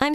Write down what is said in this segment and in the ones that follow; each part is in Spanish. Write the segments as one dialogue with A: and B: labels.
A: I'm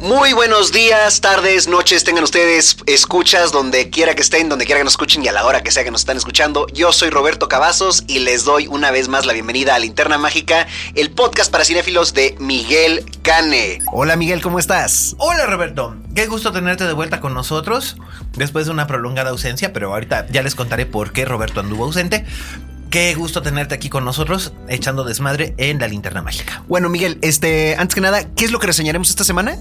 B: Muy buenos días, tardes, noches, tengan ustedes escuchas donde quiera que estén, donde quiera que nos escuchen y a la hora que sea que nos están escuchando. Yo soy Roberto Cavazos y les doy una vez más la bienvenida a Linterna Mágica, el podcast para cinéfilos de Miguel Cane. Hola Miguel, ¿cómo estás?
C: Hola Roberto, qué gusto tenerte de vuelta con nosotros después de una prolongada ausencia, pero ahorita ya les contaré por qué Roberto anduvo ausente. Qué gusto tenerte aquí con nosotros echando desmadre en la linterna mágica.
B: Bueno Miguel, este, antes que nada, ¿qué es lo que reseñaremos esta semana?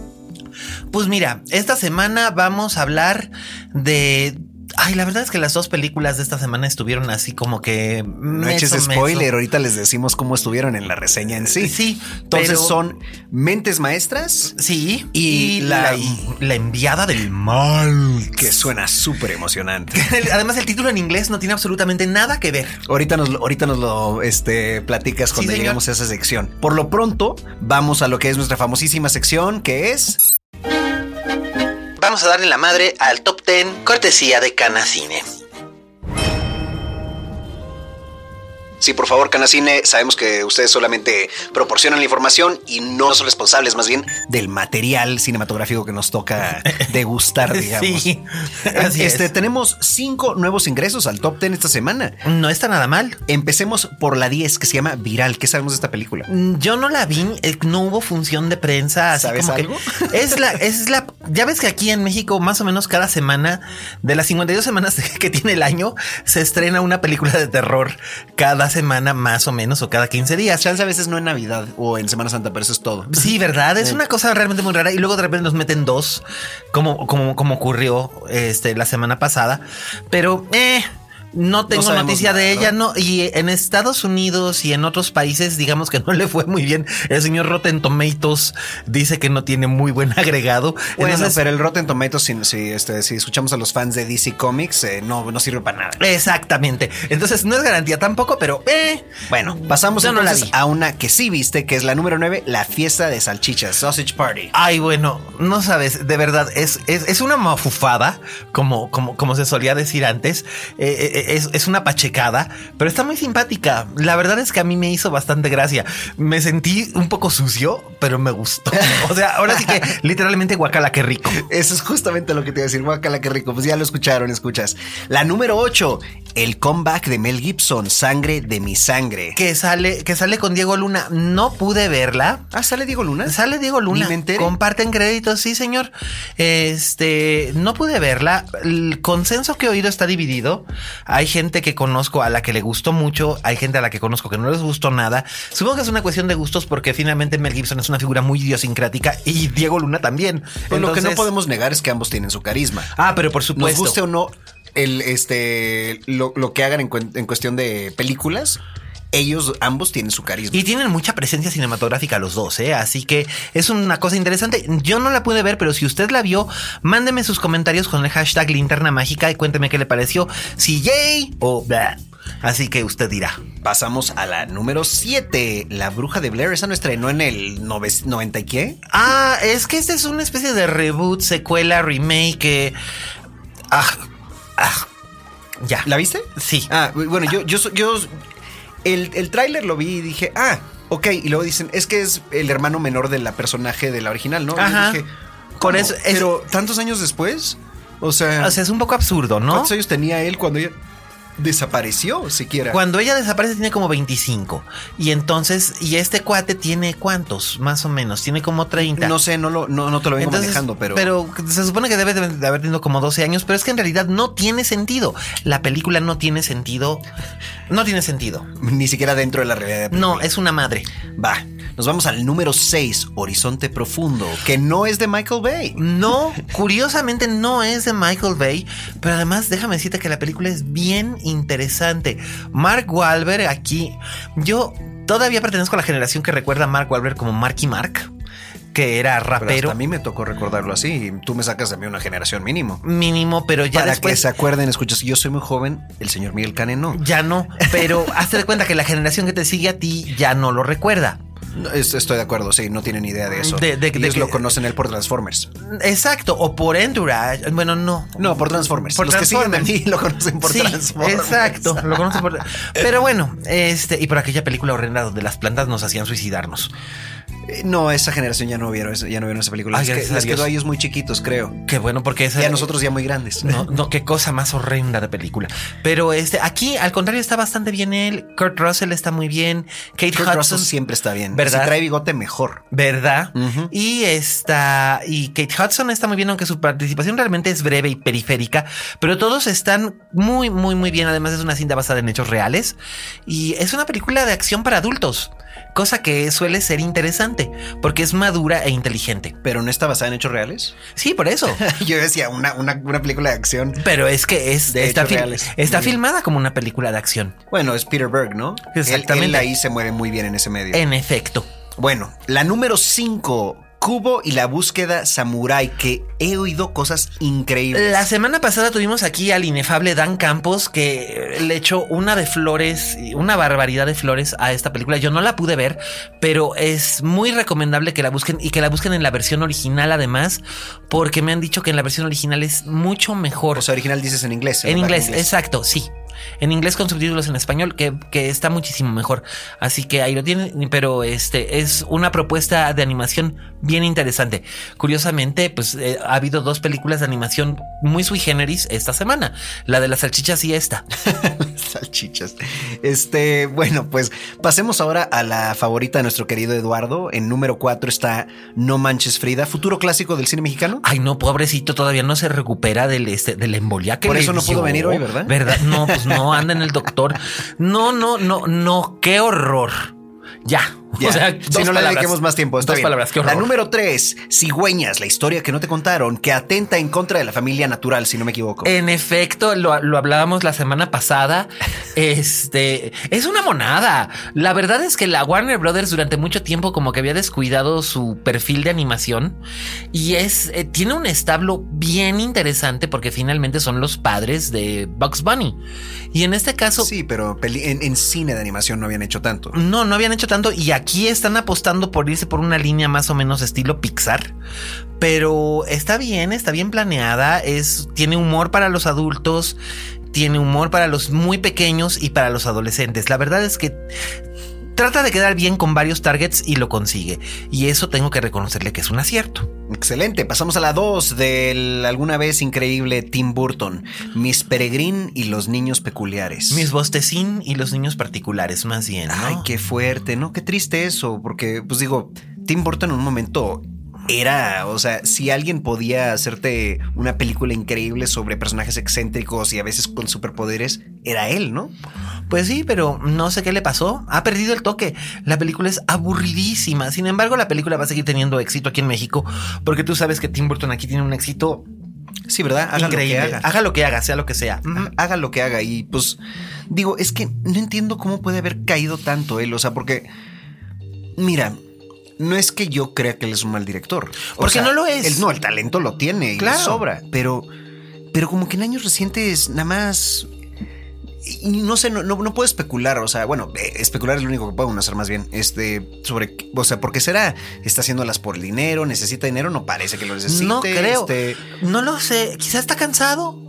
C: Pues mira, esta semana vamos a hablar de... Ay, la verdad es que las dos películas de esta semana estuvieron así como que...
B: No eches
C: meso, meso.
B: spoiler, ahorita les decimos cómo estuvieron en la reseña en sí.
C: Sí,
B: Entonces
C: pero-
B: son mentes maestras
C: Sí.
B: Y la-
C: la enviada del mal.
B: que suena súper emocionante.
C: Además, el título en inglés no tiene absolutamente nada que ver.
B: Ahorita nos, lo- ahorita nos lo este, platicas cuando
C: señor.
B: llegamos a esa sección. Por lo pronto, vamos a lo que es nuestra famosísima sección, que es...
C: Vamos a darle la madre al top 10 cortesía de Canacine.
B: Sí, por favor, Canacine, sabemos que ustedes solamente proporcionan la información y no son responsables, más bien, del material cinematográfico que nos toca degustar, digamos.
C: Sí, así
B: este,
C: es.
B: Tenemos cinco nuevos ingresos al top 10 esta semana.
C: No está nada mal.
B: Empecemos por la 10, que se llama Viral. ¿Qué sabemos de esta película?
C: Mm, Yo no la vi, eh, no hubo función de prensa. Así
B: ¿Sabes
C: como
B: algo?
C: Que es la, es la. Ya ves que aquí en México, más o menos cada semana, de las 52 semanas que tiene el año, se estrena una película de terror cada semana, más o menos, o cada 15 días.
B: Chance a veces no en Navidad o en Semana Santa, pero eso es todo.
C: Sí, ¿verdad? Es una cosa realmente muy rara. Y luego de repente nos meten dos, como, como, como ocurrió este, la semana pasada. Pero, eh, No tengo
B: sabemos
C: noticia
B: nada,
C: de ella,
B: ¿no?
C: ¿no? Y en Estados Unidos y en otros países, digamos que no le fue muy bien. El señor Rotten Tomatoes dice que no tiene muy buen agregado.
B: Bueno,
C: Entonces,
B: pero el Rotten Tomatoes, si, si, este, si escuchamos a los fans de DC Comics, eh, no, no sirve para nada.
C: exactamente. Entonces, no es garantía tampoco, pero, eh,
B: Bueno, pasamos
C: Yo no la
B: entonces
C: vi.
B: a una que sí viste, que es la número 9, la fiesta de salchichas, Sausage Party. Ah,
C: Ay, bueno, no sabes, de verdad, es, es, es una mafufada, como, como, como se solía decir antes, eh, eh, es, es una pachecada, pero está muy simpática. La verdad es que a mí me hizo bastante gracia. Me sentí un poco sucio, pero me gustó. O sea, ahora sí que literalmente guacala, qué rico.
B: Eso es justamente lo que te iba a decir, guacala, qué rico. Pues ya lo escucharon, escuchas. La número 8, el comeback de Mel Gibson, Sangre de mi sangre.
C: Que sale, que sale con Diego Luna. No pude verla.
B: Ah, sale Diego Luna.
C: Sale Diego Luna.
B: Ni me enteré.
C: Comparten créditos, sí, señor. Este, no pude verla. El consenso que he oído está dividido. Hay gente que conozco a la que le gustó mucho, hay gente a la que conozco que no les gustó nada. Supongo que es una cuestión de gustos porque finalmente Mel Gibson es una figura muy idiosincrática y Diego Luna también.
B: Pues lo que no
C: Entonces-
B: podemos negar es que ambos tienen su carisma.
C: Ah, pero por
B: Nos
C: supuesto.
B: guste o no el, este, lo, lo que hagan en, cuen- en cuestión de películas, ellos ambos tienen su carisma.
C: Y tienen mucha presencia cinematográfica los dos, ¿eh? Así que es una cosa interesante. Yo no la pude ver, pero si usted la vio, mándeme sus comentarios con el hashtag linterna mágica y cuénteme qué le pareció. Si yay o blah. Así que usted dirá.
B: Pasamos a la número 7, La Bruja de Blair. Esa no estrenó en el nove- 90 y qué.
C: Ah, es que esta es una especie de reboot, secuela, remake. eh. Ah, ah, ya.
B: ¿La viste?
C: Sí.
B: Ah, bueno, yo, yo, yo el, el tráiler lo vi y dije, ah, ok. Y luego dicen, es que es el hermano menor de la personaje de la original, ¿no? Y yo
C: Ajá.
B: dije,
C: Con
B: "¿Cómo?
C: eso- es-
B: Pero tantos años después, o sea,
C: O sea, es un poco absurdo, ¿no?
B: ¿cuántos años tenía él cuando ella? desapareció siquiera.
C: Cuando ella desaparece tiene como 25. Y entonces, y este cuate tiene cuántos, más o menos, tiene como 30.
B: No sé, no, lo, no, no te lo vengo
C: Entonces,
B: manejando, pero...
C: Pero se supone que debe de haber tenido como 12 años, pero es que en realidad no tiene sentido. La película no tiene sentido. No tiene sentido.
B: Ni siquiera dentro de la realidad.
C: No, es una madre.
B: Va, nos vamos al número 6, Horizonte Profundo, que no es de Michael Bay.
C: No, curiosamente no es de Michael Bay, pero además déjame decirte que la película es bien interesante. Mark Wahlberg aquí, yo todavía pertenezco a la generación que recuerda a Mark Wahlberg como Marky Mark, que era
B: Ah, Pero,
C: rapero
B: hasta a mí me tocó recordarlo así. y Tú me sacas de mí una generación mínimo.
C: mínimo, pero ya
B: Para que
C: después
B: se acuerden, escuchas, yo soy muy joven, el señor Miguel Cane no.
C: ya no, pero hazte de cuenta que la generación que te sigue a ti ya no lo recuerda.
B: No, es- Estoy de acuerdo, sí, no tienen idea de eso.
C: De- de- de
B: Ellos
C: que-
B: lo conocen él por Transformers.
C: Exacto, o por Endurage, bueno, no.
B: No, por Transformers.
C: Por
B: Los que
C: Transformers.
B: siguen a mí lo conocen por
C: sí,
B: Transformers.
C: Exacto, lo conozco por. Pero bueno, este, y por aquella película horrenda donde las plantas nos hacían suicidarnos.
B: Eh, No, esa generación ya no vieron, esa- ya no vieron esa película.
C: Ay,
B: Es que-
C: gracias a
B: les quedó
C: Dios.
B: a ellos muy chiquitos, creo.
C: Qué bueno, porque esa
B: Y a nosotros ya muy grandes.
C: No, no, qué cosa más horrenda de película. Pero este, aquí, al contrario, está bastante bien él. Kurt Russell está muy bien. Kate
B: Kurt
C: Hudson
B: Russell siempre está bien.
C: ¿Verdad?
B: Si trae bigote, mejor.
C: ¿Verdad?
B: Ujú.
C: Y está. Y Kate Hudson está muy bien, aunque su participación realmente es breve y periférica. Pero todos están muy, muy, muy bien. Además, es una cinta basada en hechos reales. Y es una película de acción para adultos. Cosa que suele ser interesante. Porque es madura e inteligente.
B: Pero no está basada en hechos reales.
C: Sí, por eso.
B: Yo decía, una, una, una película de acción.
C: Pero es que es,
B: De
C: está,
B: hechos
C: fil-
B: reales.
C: está
B: Muy bien.
C: filmada como una película de acción.
B: Bueno, es Peter Berg, ¿no? Él-
C: Exactamente.
B: Él, ahí se mueve muy bien en ese medio.
C: En efecto.
B: Bueno, la número 5, Cubo y la búsqueda samurai, que he oído cosas increíbles.
C: La semana pasada tuvimos aquí al inefable Dan Campos que eh, le echó una de flores, y una barbaridad de flores a esta película. Yo no la pude ver, pero es muy recomendable que la busquen y que la busquen en la versión original además, porque me han dicho que en la versión original es mucho mejor.
B: O sea, original dices en inglés.
C: en
B: ¿verdad?
C: inglés, exacto, sí. En inglés con subtítulos en español, que, que está muchísimo mejor. Así que ahí lo tienen, pero este es una propuesta de animación bien interesante. Curiosamente, pues eh, ha habido dos películas de animación muy sui generis esta semana. La de las salchichas y esta.
B: Salchichas. Este, bueno, pues pasemos ahora a la favorita de nuestro querido Eduardo. En número 4 está No Manches Frida, futuro clásico del cine mexicano.
C: Ay, no, pobrecito, todavía no se recupera del, este, de la embolia que
B: Por
C: le
B: eso no
C: dio.
B: pudo venir hoy, ¿verdad?
C: ¿Verdad? No, pues no, anda en el doctor. No, no, no, no, qué horror. Ya.
B: Ya,
C: O sea,
B: si
C: dos
B: no le
C: palabras.
B: dediquemos más tiempo, está
C: dos
B: bien.
C: palabras, qué horror.
B: La número 3, Cigüeñas, la historia que no te contaron, que atenta en contra de la familia natural, si no me equivoco.
C: En efecto, lo, lo hablábamos la semana pasada. Este es una monada. La verdad es que la Warner Brothers durante mucho tiempo como que había descuidado su perfil de animación y es eh, tiene un establo bien interesante porque finalmente son los padres de Bugs Bunny. Y en este caso
B: Sí, pero peli- en, en cine de animación no habían hecho tanto.
C: no, no habían hecho tanto y aquí están apostando por irse por una línea más o menos estilo Pixar. Pero está bien, está bien planeada, es, tiene humor para los adultos, tiene humor para los muy pequeños y para los adolescentes. La verdad es que trata de quedar bien con varios targets y lo consigue. Y eso tengo que reconocerle que es un acierto.
B: Excelente, pasamos a la 2 del alguna vez increíble Tim Burton, Miss Peregrine y los niños peculiares.
C: Mis bostecín y los niños particulares, más bien. ¿no?
B: Ay, qué fuerte, ¿no? Qué triste eso, porque pues digo, Tim Burton en un momento era, o sea, si alguien podía hacerte una película increíble sobre personajes excéntricos y a veces con superpoderes, era él, ¿no?
C: Pues sí, pero no sé qué le pasó. Ha perdido el toque. La película es aburridísima. Sin embargo, la película va a seguir teniendo éxito aquí en México porque tú sabes que Tim Burton aquí tiene un éxito
B: Sí, ¿verdad? Haga
C: increíble.
B: lo que haga.
C: haga lo que haga, sea lo que sea.
B: Ujú, Haga lo que haga y pues digo, es que no entiendo cómo puede haber caído tanto él, o sea, porque mira, no es que yo crea que él es un mal director, o
C: Porque
B: sea,
C: no lo es.
B: él no, el talento lo tiene y
C: Claro.
B: le sobra, pero pero como que en años recientes nada más y no sé, no, no, no puedo especular, o sea, bueno, eh, especular es lo único que podemos hacer más bien, este, sobre, o sea, porque será, está haciéndolas por dinero, necesita dinero, no parece que lo necesite.
C: No creo.
B: este,
C: No lo sé. Quizás está cansado.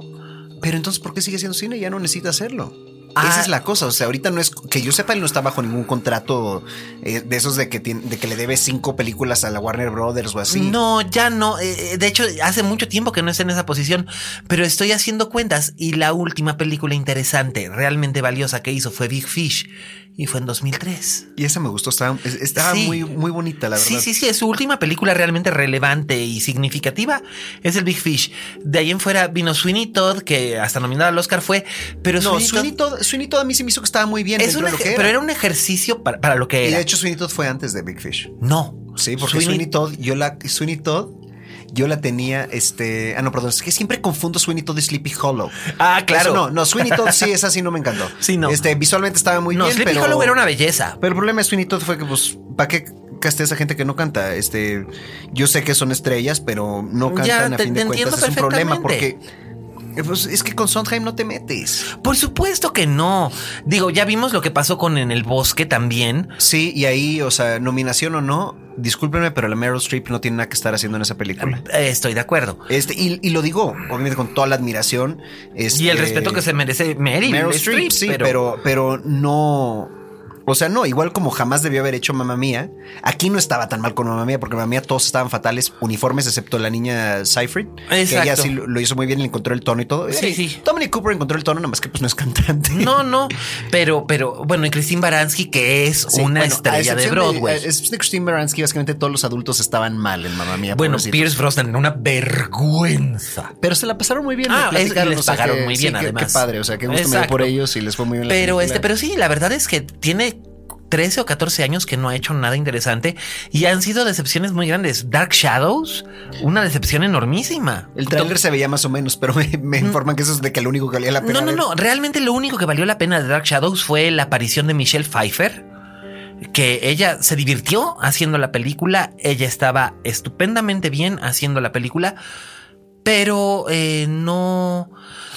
B: pero entonces, ¿por qué sigue haciendo cine? Ya no necesita hacerlo.
C: Ah.
B: Esa es la cosa. O sea, ahorita no es que yo sepa, él no está bajo ningún contrato eh, de esos de que, tiene- de que le debe cinco películas a la Warner Brothers o así.
C: No, ya no. Eh, eh, de hecho, hace mucho tiempo que no está en esa posición, pero estoy haciendo cuentas y la última película interesante, realmente valiosa que hizo fue Big Fish y fue en 2003.
B: Y esa me gustó, estaba, es- estaba
C: Sí.
B: muy, muy bonita, la verdad.
C: Sí, sí, sí, es su última película realmente relevante y significativa es el Big Fish. De ahí en fuera vino Sweeney Todd, que hasta nominada al Oscar fue, pero
B: No,
C: Sweeney
B: Sweeney
C: Todd
B: Todd, Sweeney Todd a mí se me hizo que estaba muy bien.
C: es
B: dentro
C: un
B: de lo
C: ej-
B: que era.
C: pero era un ejercicio para, para lo que
B: Y
C: era.
B: de hecho, Sweeney Todd fue antes de Big Fish.
C: no.
B: Sí, porque Sweeney, Todd, yo la. Sweeney Todd. Yo la tenía, este. Ah, no, perdón, es que siempre confundo Sweeney Todd y Sleepy Hollow.
C: Ah, claro.
B: Eso no, no, Sweeney Todd sí, esa sí no me encantó.
C: Sí, no.
B: Este, visualmente estaba muy
C: No,
B: bien.
C: Sleepy
B: pero,
C: Hollow era una belleza.
B: Pero el problema de Sweeney Todd fue que, pues, ¿para qué casteas a gente que no canta? Este. Yo sé que son estrellas, pero no
C: Ya,
B: cantan a
C: te-
B: fin de
C: te
B: cuentas.
C: entiendo
B: Es un problema porque.
C: perfectamente.
B: eh, pues, es que con Sondheim no te metes.
C: Por supuesto que no. Digo, ya vimos lo que pasó con En el Bosque también.
B: Sí, y ahí, o sea, nominación o no, discúlpenme, pero la Meryl Streep no tiene nada que estar haciendo en esa película.
C: Eh, Estoy de acuerdo.
B: Este, y, y lo digo, obviamente, con toda la admiración.
C: Y el
B: este,
C: respeto que se merece Meryl,
B: Meryl Streep,
C: Streep,
B: sí, pero... pero no. O sea, no, igual como jamás debió haber hecho Mamá Mía. Aquí no estaba tan mal con Mamá Mía, porque Mamá Mía todos estaban fatales, uniformes, excepto la niña Seyfried. Que ella
C: Exacto.
B: sí lo lo hizo muy bien, le encontró el tono y todo.
C: Sí,
B: Eh,
C: sí.
B: Dominic Cooper encontró el tono, nada más que pues no es cantante.
C: No, no, pero, pero, bueno, y Christine Baranski, que es
B: Sí,
C: una
B: bueno, a
C: estrella de
B: excepción
C: Broadway.
B: a excepción de Christine Baranski, básicamente todos los adultos estaban mal en Mamá Mía.
C: bueno,
B: pobrecitos.
C: Pierce Brosnan, una vergüenza.
B: Pero se la pasaron muy bien.
C: Ah,
B: me
C: es-
B: platicaron,
C: les
B: o sea,
C: pagaron
B: que-
C: muy
B: sí,
C: bien,
B: que-
C: además.
B: Qué padre, o sea, qué gusto me dio
C: Exacto.
B: por ellos y les fue muy bien. la
C: Pero
B: película.
C: este, pero sí, la verdad es que tiene 13 o 14 años que no ha hecho nada interesante y han sido decepciones muy grandes. Dark Shadows, una decepción enormísima.
B: El tráiler se veía más o menos, pero me, me informan que eso es de que lo único que valía la pena.
C: No, no,
B: ver.
C: no. Realmente lo único que valió la pena de Dark Shadows fue la aparición de Michelle Pfeiffer. Que ella se divirtió haciendo la película. Ella estaba estupendamente bien haciendo la película. Pero eh, no.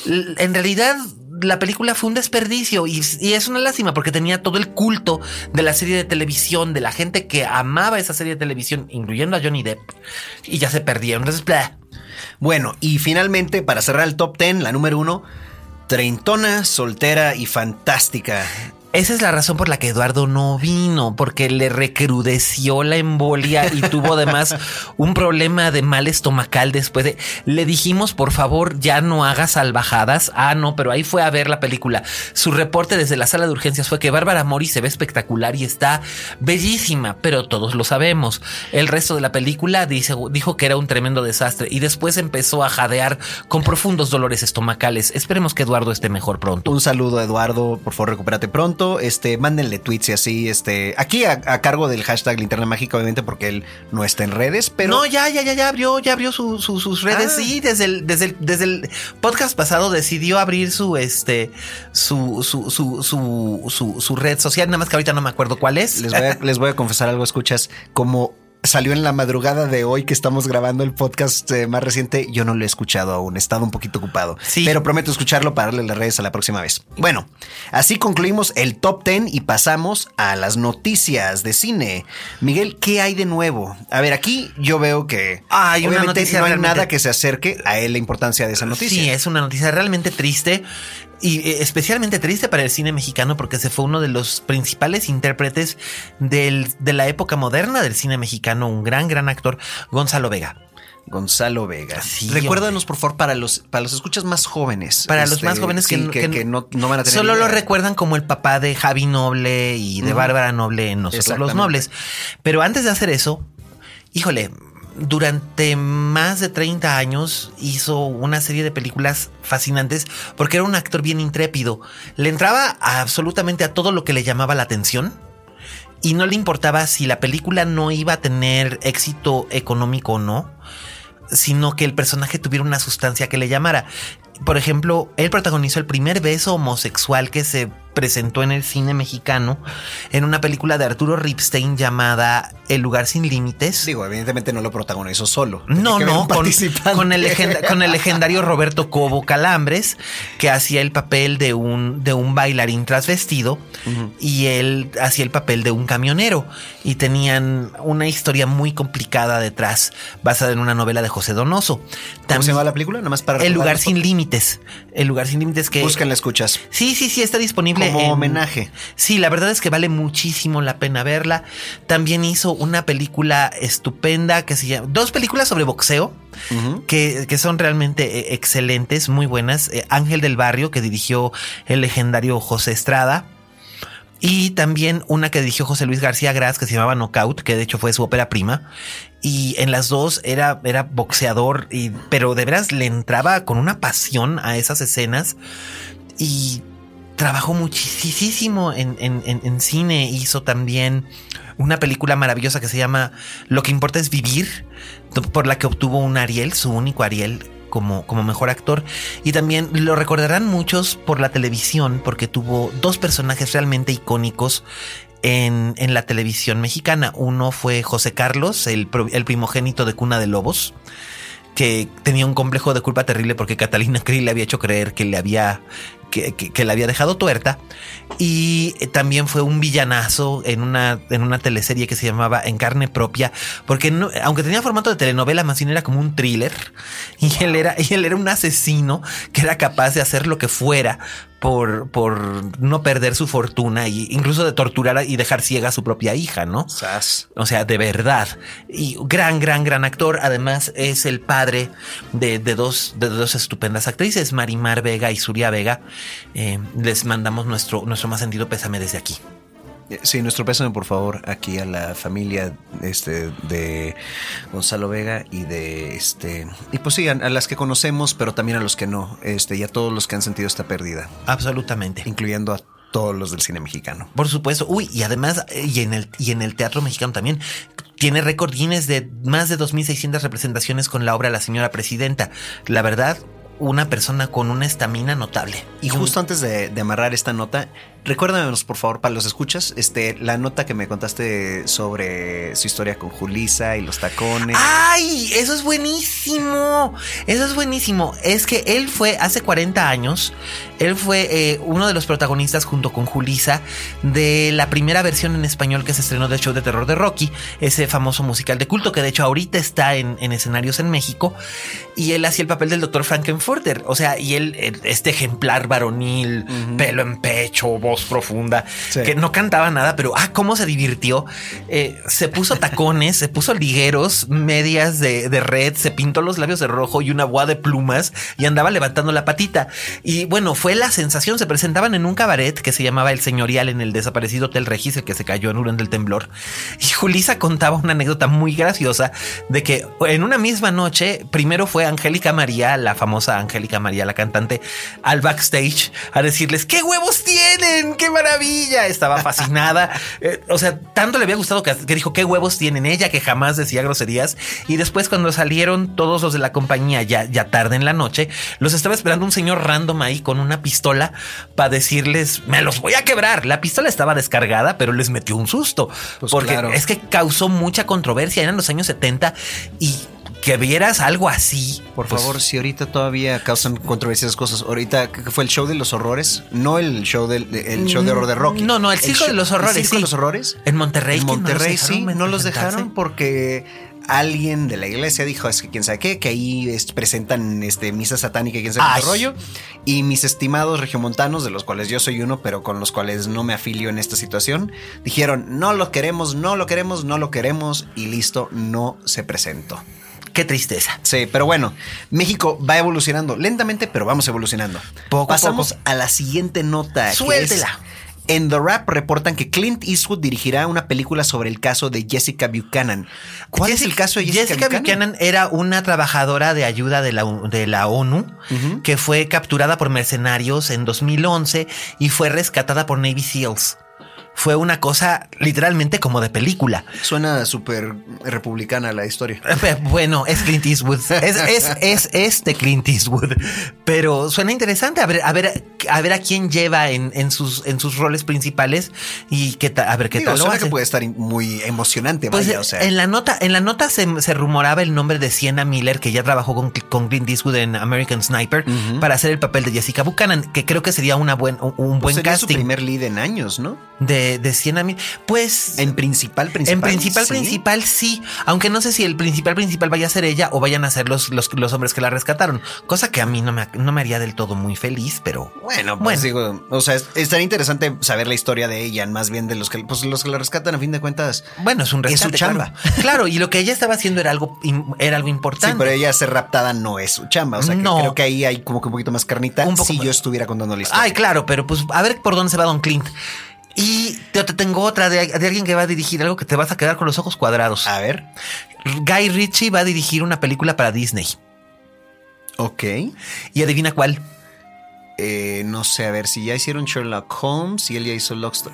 C: l- En realidad. La película fue un desperdicio y, y es una lástima porque tenía todo el culto de la serie de televisión, de la gente que amaba esa serie de televisión, incluyendo a Johnny Depp, y ya se perdieron. Entonces, bla.
B: Bueno, y finalmente, para cerrar el top 10, la número uno, treintona, soltera y fantástica.
C: Esa es la razón por la que Eduardo no vino, porque le recrudeció la embolia y tuvo además un problema de mal estomacal después de... Le dijimos, por favor, ya no hagas salvajadas. Ah, no, pero ahí fue a ver la película. Su reporte desde la sala de urgencias fue que Bárbara Mori se ve espectacular y está bellísima, pero todos lo sabemos. El resto de la película dice- dijo que era un tremendo desastre y después empezó a jadear con profundos dolores estomacales. Esperemos que Eduardo esté mejor pronto.
B: Un saludo a Eduardo, por favor, recupérate pronto. Este, mándenle tweets y así, este, aquí a, a cargo del hashtag linterna mágica, obviamente, porque él no está en redes, pero.
C: no, ya, ya, ya, ya abrió, ya abrió su- su- sus redes.
B: Ah.
C: Sí, desde el, desde el, desde el podcast pasado decidió abrir su este su, su, su, su, su, su red social, nada más que ahorita no me acuerdo cuál es.
B: Les voy, a, les voy a confesar algo, escuchas, como salió en la madrugada de hoy que estamos grabando el podcast eh, más reciente, yo no lo he escuchado aún, he estado un poquito ocupado,
C: Sí.
B: pero prometo escucharlo para darle las redes a la próxima vez. Bueno, así concluimos el top 10 y pasamos a las noticias de cine. Miguel, ¿qué hay de nuevo? A ver, aquí yo veo que
C: Hay una
B: obviamente
C: noticia
B: no hay
C: realmente-
B: nada que se acerque a él la importancia de esa noticia.
C: Sí, es una noticia realmente triste y eh, especialmente triste para el cine mexicano porque se fue uno de los principales intérpretes del- de la época moderna del cine mexicano, un gran, gran actor, Gonzalo Vega.
B: Gonzalo Vega.
C: Sí,
B: Recuérdanos, por favor, para los, para los escuchas más jóvenes.
C: Para los
B: este,
C: más jóvenes que,
B: sí,
C: no-
B: que- que no, no van a tener.
C: Solo lo
B: idea.
C: recuerdan como el papá de Javi Noble y de
B: Ujú.
C: Bárbara Noble en Nosotros los
B: Exactamente.
C: Nobles. Pero antes de hacer eso, híjole, durante más de 30 años hizo una serie de películas fascinantes porque era un actor bien intrépido. Le entraba a- absolutamente a todo lo que le llamaba la atención. Y no le importaba si la película no iba a tener éxito económico o no sino que el personaje tuviera una sustancia que le llamara. Por ejemplo, él protagonizó el primer beso homosexual que se presentó en el cine mexicano en una película de Arturo Ripstein llamada El lugar sin límites.
B: Digo, evidentemente no lo protagonizó solo. Tenía
C: No,
B: que haber
C: no,
B: un
C: con,
B: participante.
C: con el legenda- con el legendario Roberto Cobo Calambres, que hacía el papel de un, de un bailarín trasvestido y él hacía el papel de un camionero. Y tenían una historia muy complicada detrás, basada en una novela de José Donoso.
B: ¿Cómo se
C: También-
B: llama la película? Nada más para
C: El lugar
B: recordarnos.
C: sin límites. El lugar sin límites que.
B: Busquen la escuchas.
C: Sí, sí, sí, está disponible.
B: Como homenaje.
C: Sí, la verdad es que vale muchísimo la pena verla. También hizo una película estupenda que se llama. Dos películas sobre boxeo que, que son realmente eh, excelentes, muy buenas. Eh, Ángel del Barrio, que dirigió el legendario José Estrada. Y también una que dirigió José Luis García Gras, que se llamaba Knockout, que de hecho fue su ópera prima. Y en las dos era, era boxeador, y, pero de veras le entraba con una pasión a esas escenas. Y trabajó muchísimo en, en- en- en cine. Hizo también una película maravillosa que se llama Lo que importa es vivir, do- por la que obtuvo un Ariel, su único Ariel. Como, como mejor actor y también lo recordarán muchos por la televisión porque tuvo dos personajes realmente icónicos en, en la televisión mexicana uno fue José Carlos el, pro- el primogénito de Cuna de Lobos que tenía un complejo de culpa terrible porque Catalina Krill le había hecho creer que le había que, que- que le había dejado tuerta y eh, también fue un villanazo en una en una teleserie que se llamaba En carne propia porque no- aunque tenía formato de telenovela más bien era como un thriller y él era y él era un asesino que era capaz de hacer lo que fuera por, por no perder su fortuna y incluso de torturar y dejar ciega a su propia hija, ¿no?
B: Sas.
C: O sea, de verdad. Y gran, gran, gran actor. Además, es el padre de, de dos, de dos estupendas actrices, Marimar Vega y Surya Vega. Eh, les mandamos nuestro, nuestro más sentido pésame desde aquí.
B: Eh, Sí, nuestro pésame, por favor, aquí a la familia este, de Gonzalo Vega y de este. Y pues sí, a, a las que conocemos, pero también a los que no. Este, y a todos los que han sentido esta pérdida,
C: Absolutamente.
B: incluyendo a todos los del cine mexicano.
C: Por supuesto. Uy, y además, eh, y en el, y en el teatro mexicano también. Tiene récord Guinness de más de 2.600 representaciones con la obra La Señora Presidenta. La verdad, una persona con una estamina notable.
B: Y justo antes de, de amarrar esta nota, recuérdanos, por favor, para los escuchas, este, la nota que me contaste sobre su historia con Julisa y los tacones.
C: ¡Ay! Eso es buenísimo. Eso es buenísimo. Es que él fue, hace 40 años, él fue eh, uno de los protagonistas junto con Julisa de la primera versión en español que se estrenó del show de terror de Rocky, ese famoso musical de culto que de hecho ahorita está en, en escenarios en México. Y él hacía el papel del doctor Frankenfurter. O sea, y él, eh, este ejemplar varonil, pelo en pecho, voz profunda,
B: Sí.
C: que no cantaba nada, pero ah, cómo se divirtió. Eh, se puso tacones, se puso ligueros, medias de, de red, se pintó los labios de rojo y una boa de plumas y andaba levantando la patita. Y bueno, fue la sensación. Se presentaban en un cabaret que se llamaba El Señorial en el desaparecido Hotel Regis, el que se cayó en durante el temblor. Y Julisa contaba una anécdota muy graciosa de que en una misma noche, primero fue Angélica María, la famosa Angélica María, la cantante, al backstage a decirles: ¡Qué huevos tienen! ¡Qué maravilla! Estaba fascinada. Eh, o sea, tanto le había gustado que, que dijo: ¡Qué huevos tienen! Ella que jamás decía groserías. Y después, cuando salieron todos los de la compañía, ya, ya tarde en la noche, los estaba esperando un señor random ahí con una pistola para decirles: ¡Me los voy a quebrar! La pistola estaba descargada, pero les metió un susto.
B: Pues
C: porque
B: claro.
C: es que causó mucha controversia. Eran los años 70 y que vieras algo así.
B: Por
C: pues,
B: favor, si ahorita todavía causan controversias cosas, ahorita que fue el show de los horrores, no el show del el show de horror de Rocky.
C: Mm, No, no, el circo de los horrores,
B: El circo
C: sí.
B: de los horrores.
C: En Monterrey,
B: En
C: que no los
B: Monterrey sí,
C: dejaron
B: no los
C: presentarse.
B: dejaron porque alguien de la iglesia dijo, es que quién sabe qué, que ahí es- presentan este misa satánica y quién sabe
C: Ay.
B: qué rollo. Y mis estimados regiomontanos, de los cuales yo soy uno, pero con los cuales no me afilio en esta situación, dijeron, no lo queremos, no lo queremos, no lo queremos y listo, no se presentó.
C: Qué tristeza.
B: Sí, pero bueno, México va evolucionando lentamente, pero vamos evolucionando.
C: Poco a
B: Pasamos
C: poco.
B: a la siguiente nota. que
C: Suéltela.
B: es, en The Rap reportan que Clint Eastwood dirigirá una película sobre el caso de Jessica Buchanan. ¿Cuál es el caso de Jessica, Buchanan?
C: era una trabajadora de ayuda de la, U- de la ONU que fue capturada por mercenarios en 2011 y fue rescatada por Navy SEALs. Fue una cosa literalmente como de película.
B: Suena súper republicana la historia.
C: Pe- Bueno, es Clint Eastwood. Es, es, es este Clint Eastwood. Pero suena interesante. A ver, a ver, a ver a quién lleva en, en sus, en sus roles principales y qué ta- a ver qué
B: Digo,
C: tal lo
B: suena
C: hace.
B: que puede estar in- muy emocionante,
C: Pues
B: vaya,
C: eh,
B: o sea.
C: en la nota, en la nota se, se rumoraba el nombre de Sienna Miller, que ya trabajó con, con Clint Eastwood en American Sniper, para hacer el papel de Jessica Buchanan, que creo que sería una buen, un, un
B: pues
C: buen
B: sería su
C: casting
B: primer lead en años, ¿no?
C: de, de Sienna Miller. Pues
B: En principal, principal.
C: en principal,
B: sí.
C: principal, sí. Aunque no sé si el principal, principal vaya a ser ella o vayan a ser los, los, los hombres que la rescataron. Cosa que a mí no me, no me haría del todo muy feliz, pero
B: Bueno, pues digo, o sea, es- estaría interesante saber la historia de ella, más bien de los que, pues, los que la rescatan a fin de cuentas.
C: Bueno, es un
B: Es su
C: rescate.
B: chamba.
C: Claro. Claro, y lo que ella estaba haciendo era algo, im- era algo
B: Sí,
C: importante.
B: pero ella ser raptada no es su chamba, o sea, que
C: No.
B: creo que ahí hay como que un poquito más carnita
C: Un poco
B: si
C: más.
B: yo estuviera contando la historia.
C: Ay, claro, pero pues a ver por dónde se va Don Clint. Y te, te tengo otra de, de alguien que va a dirigir algo que te vas a quedar con los ojos cuadrados.
B: A ver,
C: Guy Ritchie va a dirigir una película para Disney.
B: ok.
C: Y adivina cuál.
B: Eh, no sé, a ver, si ya hicieron Sherlock Holmes y él ya hizo Lockstock.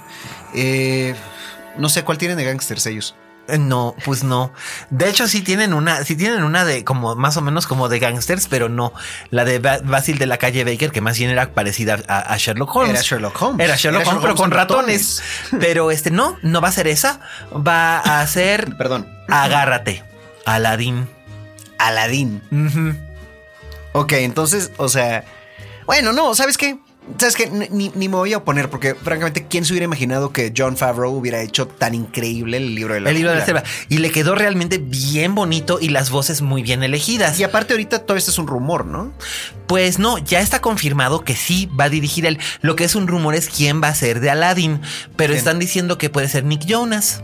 B: Eh, no sé, ¿cuál tienen de gangsters ellos?
C: Eh, No, pues no. De hecho, sí tienen una, sí tienen una de como más o menos como de gangsters, pero no. La de Ba- Basil de la calle Baker, que más bien era parecida a, a Sherlock Holmes.
B: Era Sherlock Holmes.
C: Era Sherlock
B: Era
C: Holmes, pero
B: Sherlock Holmes
C: con
B: con
C: ratones. Pero este no, no va a ser esa. Va a ser
B: Perdón,
C: Agárrate, Aladdin.
B: Aladdin.
C: Ujú.
B: Ok, entonces, o sea, bueno, no, ¿sabes qué? ¿Sabes qué? Ni- Ni, ni me voy a oponer porque, francamente, ¿quién se hubiera imaginado que John Favreau hubiera hecho tan increíble el libro de la
C: El libro de la
B: jungla?
C: selva. Y le quedó realmente bien bonito y las voces muy bien elegidas.
B: Y aparte, ahorita todo esto es un rumor, ¿no?
C: Pues no, ya está confirmado que sí va a dirigir él. Lo que es un rumor es quién va a ser de Aladdin, pero
B: ¿Quién?
C: están diciendo que puede ser Nick Jonas.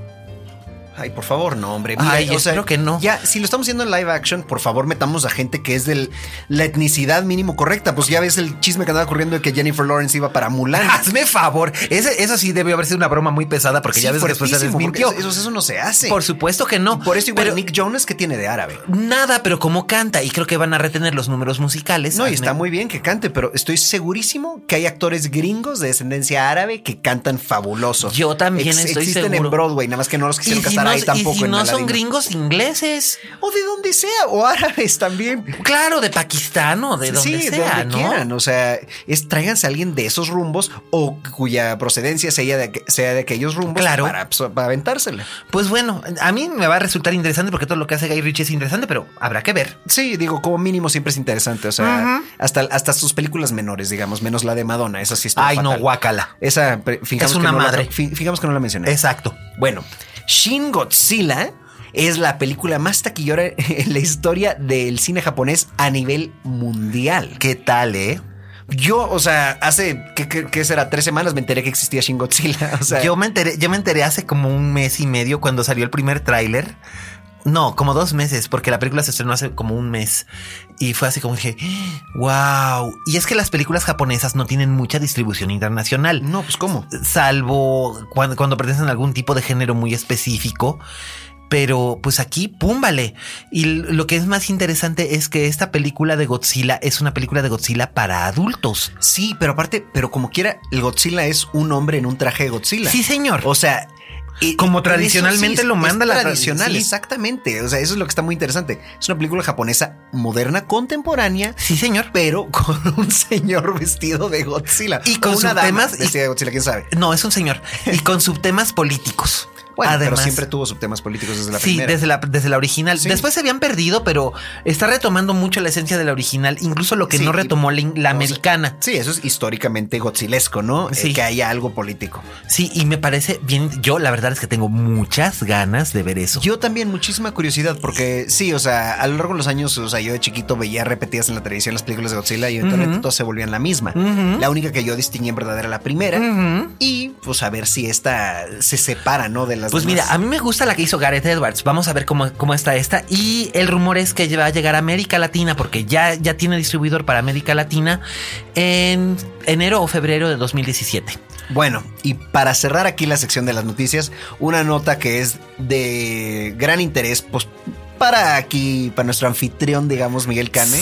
B: Ay, por favor, no, hombre.
C: Ay, espero que no.
B: Ya, si lo estamos haciendo en live action, por favor, metamos a gente que es de la etnicidad mínimo correcta. Pues ya ves el chisme que andaba ocurriendo de que Jennifer Lawrence iba para Mulan.
C: Hazme favor. Ese- eso sí debió haber sido una broma muy pesada porque
B: Sí,
C: ya ves que después se
B: fuertísimo, porque
C: desmintió.
B: Eso, eso- eso no se hace.
C: Por supuesto que no.
B: Por eso igual
C: Pero
B: Nick Jonas, que tiene de árabe?
C: Nada, pero como canta y creo que van a retener los números musicales.
B: No, y
C: Hazme-
B: está muy bien que cante, pero estoy segurísimo que hay actores gringos de descendencia árabe que cantan fabuloso.
C: Yo también estoy
B: existen
C: seguro.
B: en Broadway, nada más que no los
C: Y
B: quisieron
C: si
B: casar
C: no,
B: ahí tampoco
C: y si
B: en
C: no son
B: Aladino.
C: gringos ingleses.
B: O de donde sea, o árabes también.
C: Claro, de Pakistán o de donde
B: sí,
C: sea,
B: donde
C: ¿no?
B: quieran. O sea, es, tráiganse a alguien de esos rumbos o cuya procedencia sea de, aqu- sea de aquellos rumbos
C: Claro.
B: para, pues, para aventársela.
C: Pues bueno, a mí me va a resultar interesante porque todo lo que hace Guy Ritchie es interesante, pero habrá que ver.
B: Sí, digo, como mínimo siempre es interesante. O sea, hasta, hasta sus películas menores, digamos, menos la de Madonna. Esa sí está.
C: Ay, no, guácala.
B: Esa, pre- fijamos,
C: Es una
B: que no la-
C: madre.
B: fi- fijamos que no la mencioné.
C: Exacto.
B: Bueno, Shin Godzilla es la película más taquillera en la historia del cine japonés a nivel mundial.
C: ¿Qué tal, eh?
B: Yo, o sea, hace, ¿qué, qué- qué será? Tres semanas me enteré que existía Shin Godzilla. O sea,
C: yo me enteré, yo me enteré hace como un mes y medio cuando salió el primer tráiler. No, como dos meses, porque la película se estrenó hace como un mes. Y fue así como dije, wow. Y es que las películas japonesas no tienen mucha distribución internacional.
B: No, pues ¿cómo?
C: salvo cuando, cuando pertenecen a algún tipo de género muy específico. Pero pues aquí, púmbale. Y l- lo que es más interesante es que esta película de Godzilla es una película de Godzilla para adultos.
B: Sí, pero aparte, pero como quiera, el Godzilla es un hombre en un traje de Godzilla.
C: Sí, señor.
B: O sea, eh,
C: Como
B: en eso
C: tradicionalmente
B: es-
C: lo manda
B: es
C: la tra-
B: tradicional,
C: sí.
B: exactamente. O sea, eso es lo que está muy interesante. Es una película japonesa moderna, contemporánea,
C: Sí, señor.
B: pero con un señor vestido de Godzilla.
C: Y con
B: O una
C: sus
B: dama
C: temas y-
B: vestida de Godzilla, quién sabe.
C: No, es un señor. Y con subtemas políticos.
B: Bueno,
C: Además,
B: pero siempre tuvo subtemas políticos desde la
C: sí,
B: primera.
C: desde la, desde la original.
B: Sí.
C: Después se habían perdido, pero está retomando mucho la esencia de la original, incluso lo que
B: Sí,
C: no
B: y-
C: retomó la, in- la
B: o sea,
C: americana.
B: Sí, eso es históricamente godzilesco, ¿no? Eh,
C: Sí.
B: que haya algo político.
C: Sí, y me parece bien. Yo la verdad es que tengo muchas ganas de ver eso.
B: Yo también muchísima curiosidad porque sí, o sea, a lo largo de los años, o sea, yo de chiquito veía repetidas en la televisión las películas de Godzilla y eventualmente todas se volvían la misma. La única que yo distinguí en verdad era la primera y pues a ver si esta se separa, ¿no? De las
C: Pues
B: demás.
C: mira, a mí me gusta la que hizo Gareth Edwards. Vamos a ver cómo, cómo está esta. Y el rumor es que va a llegar a América Latina, porque ya, ya tiene distribuidor para América Latina en enero o febrero de 2017.
B: Bueno, y para cerrar aquí la sección de las noticias, una nota que es de gran interés, pues para aquí, para nuestro anfitrión, digamos, Miguel Cane.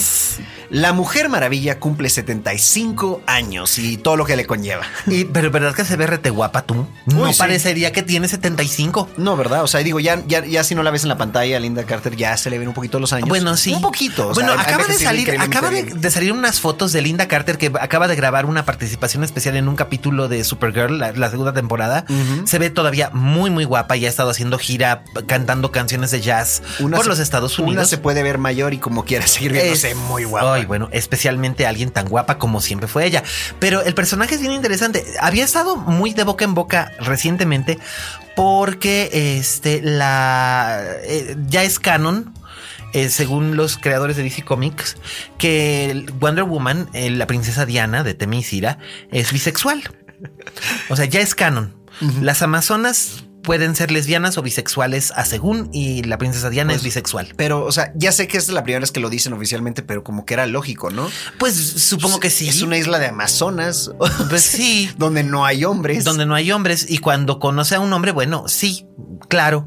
B: La Mujer Maravilla cumple 75 años y todo lo que le conlleva.
C: Y, pero ¿verdad que se ve rete guapa tú? No
B: Uy, sí.
C: parecería que tiene 75.
B: No, ¿verdad? O sea, digo, ya, ya, ya si no la ves en la pantalla, Linda Carter, ya se le ven un poquito los años.
C: Bueno, sí.
B: Un poquito. o sea,
C: Bueno,
B: ha
C: acaba de
B: envejecido
C: salir,
B: increíblemente
C: acaba de,
B: bien.
C: de salir unas fotos de Linda Carter que acaba de grabar una participación especial en un capítulo de Supergirl, la, la segunda temporada. Se ve todavía muy, muy guapa y ha estado haciendo gira cantando canciones de jazz
B: Una
C: por
B: se-
C: los Estados
B: Una
C: Unidos.
B: se puede ver mayor y como quiera seguir viéndose
C: Es-
B: muy guapa.
C: Ay, bueno, especialmente alguien tan guapa como siempre fue ella. Pero el personaje es bien interesante. Había estado muy de boca en boca recientemente porque este la eh, ya es canon. eh, según los creadores de DC Comics, que el Wonder Woman, eh, la princesa Diana de Temisira, es bisexual. O sea, ya es canon. Las amazonas pueden ser lesbianas o bisexuales a según y la princesa Diana
B: Pues,
C: es bisexual.
B: Pero, o sea, ya sé que es la primera vez que lo dicen oficialmente, pero como que era lógico, ¿no?
C: Pues supongo que sí.
B: Es una isla de Amazonas.
C: Pues sí.
B: Donde no hay hombres.
C: Donde no hay hombres y cuando conoce a un hombre, bueno, sí, claro.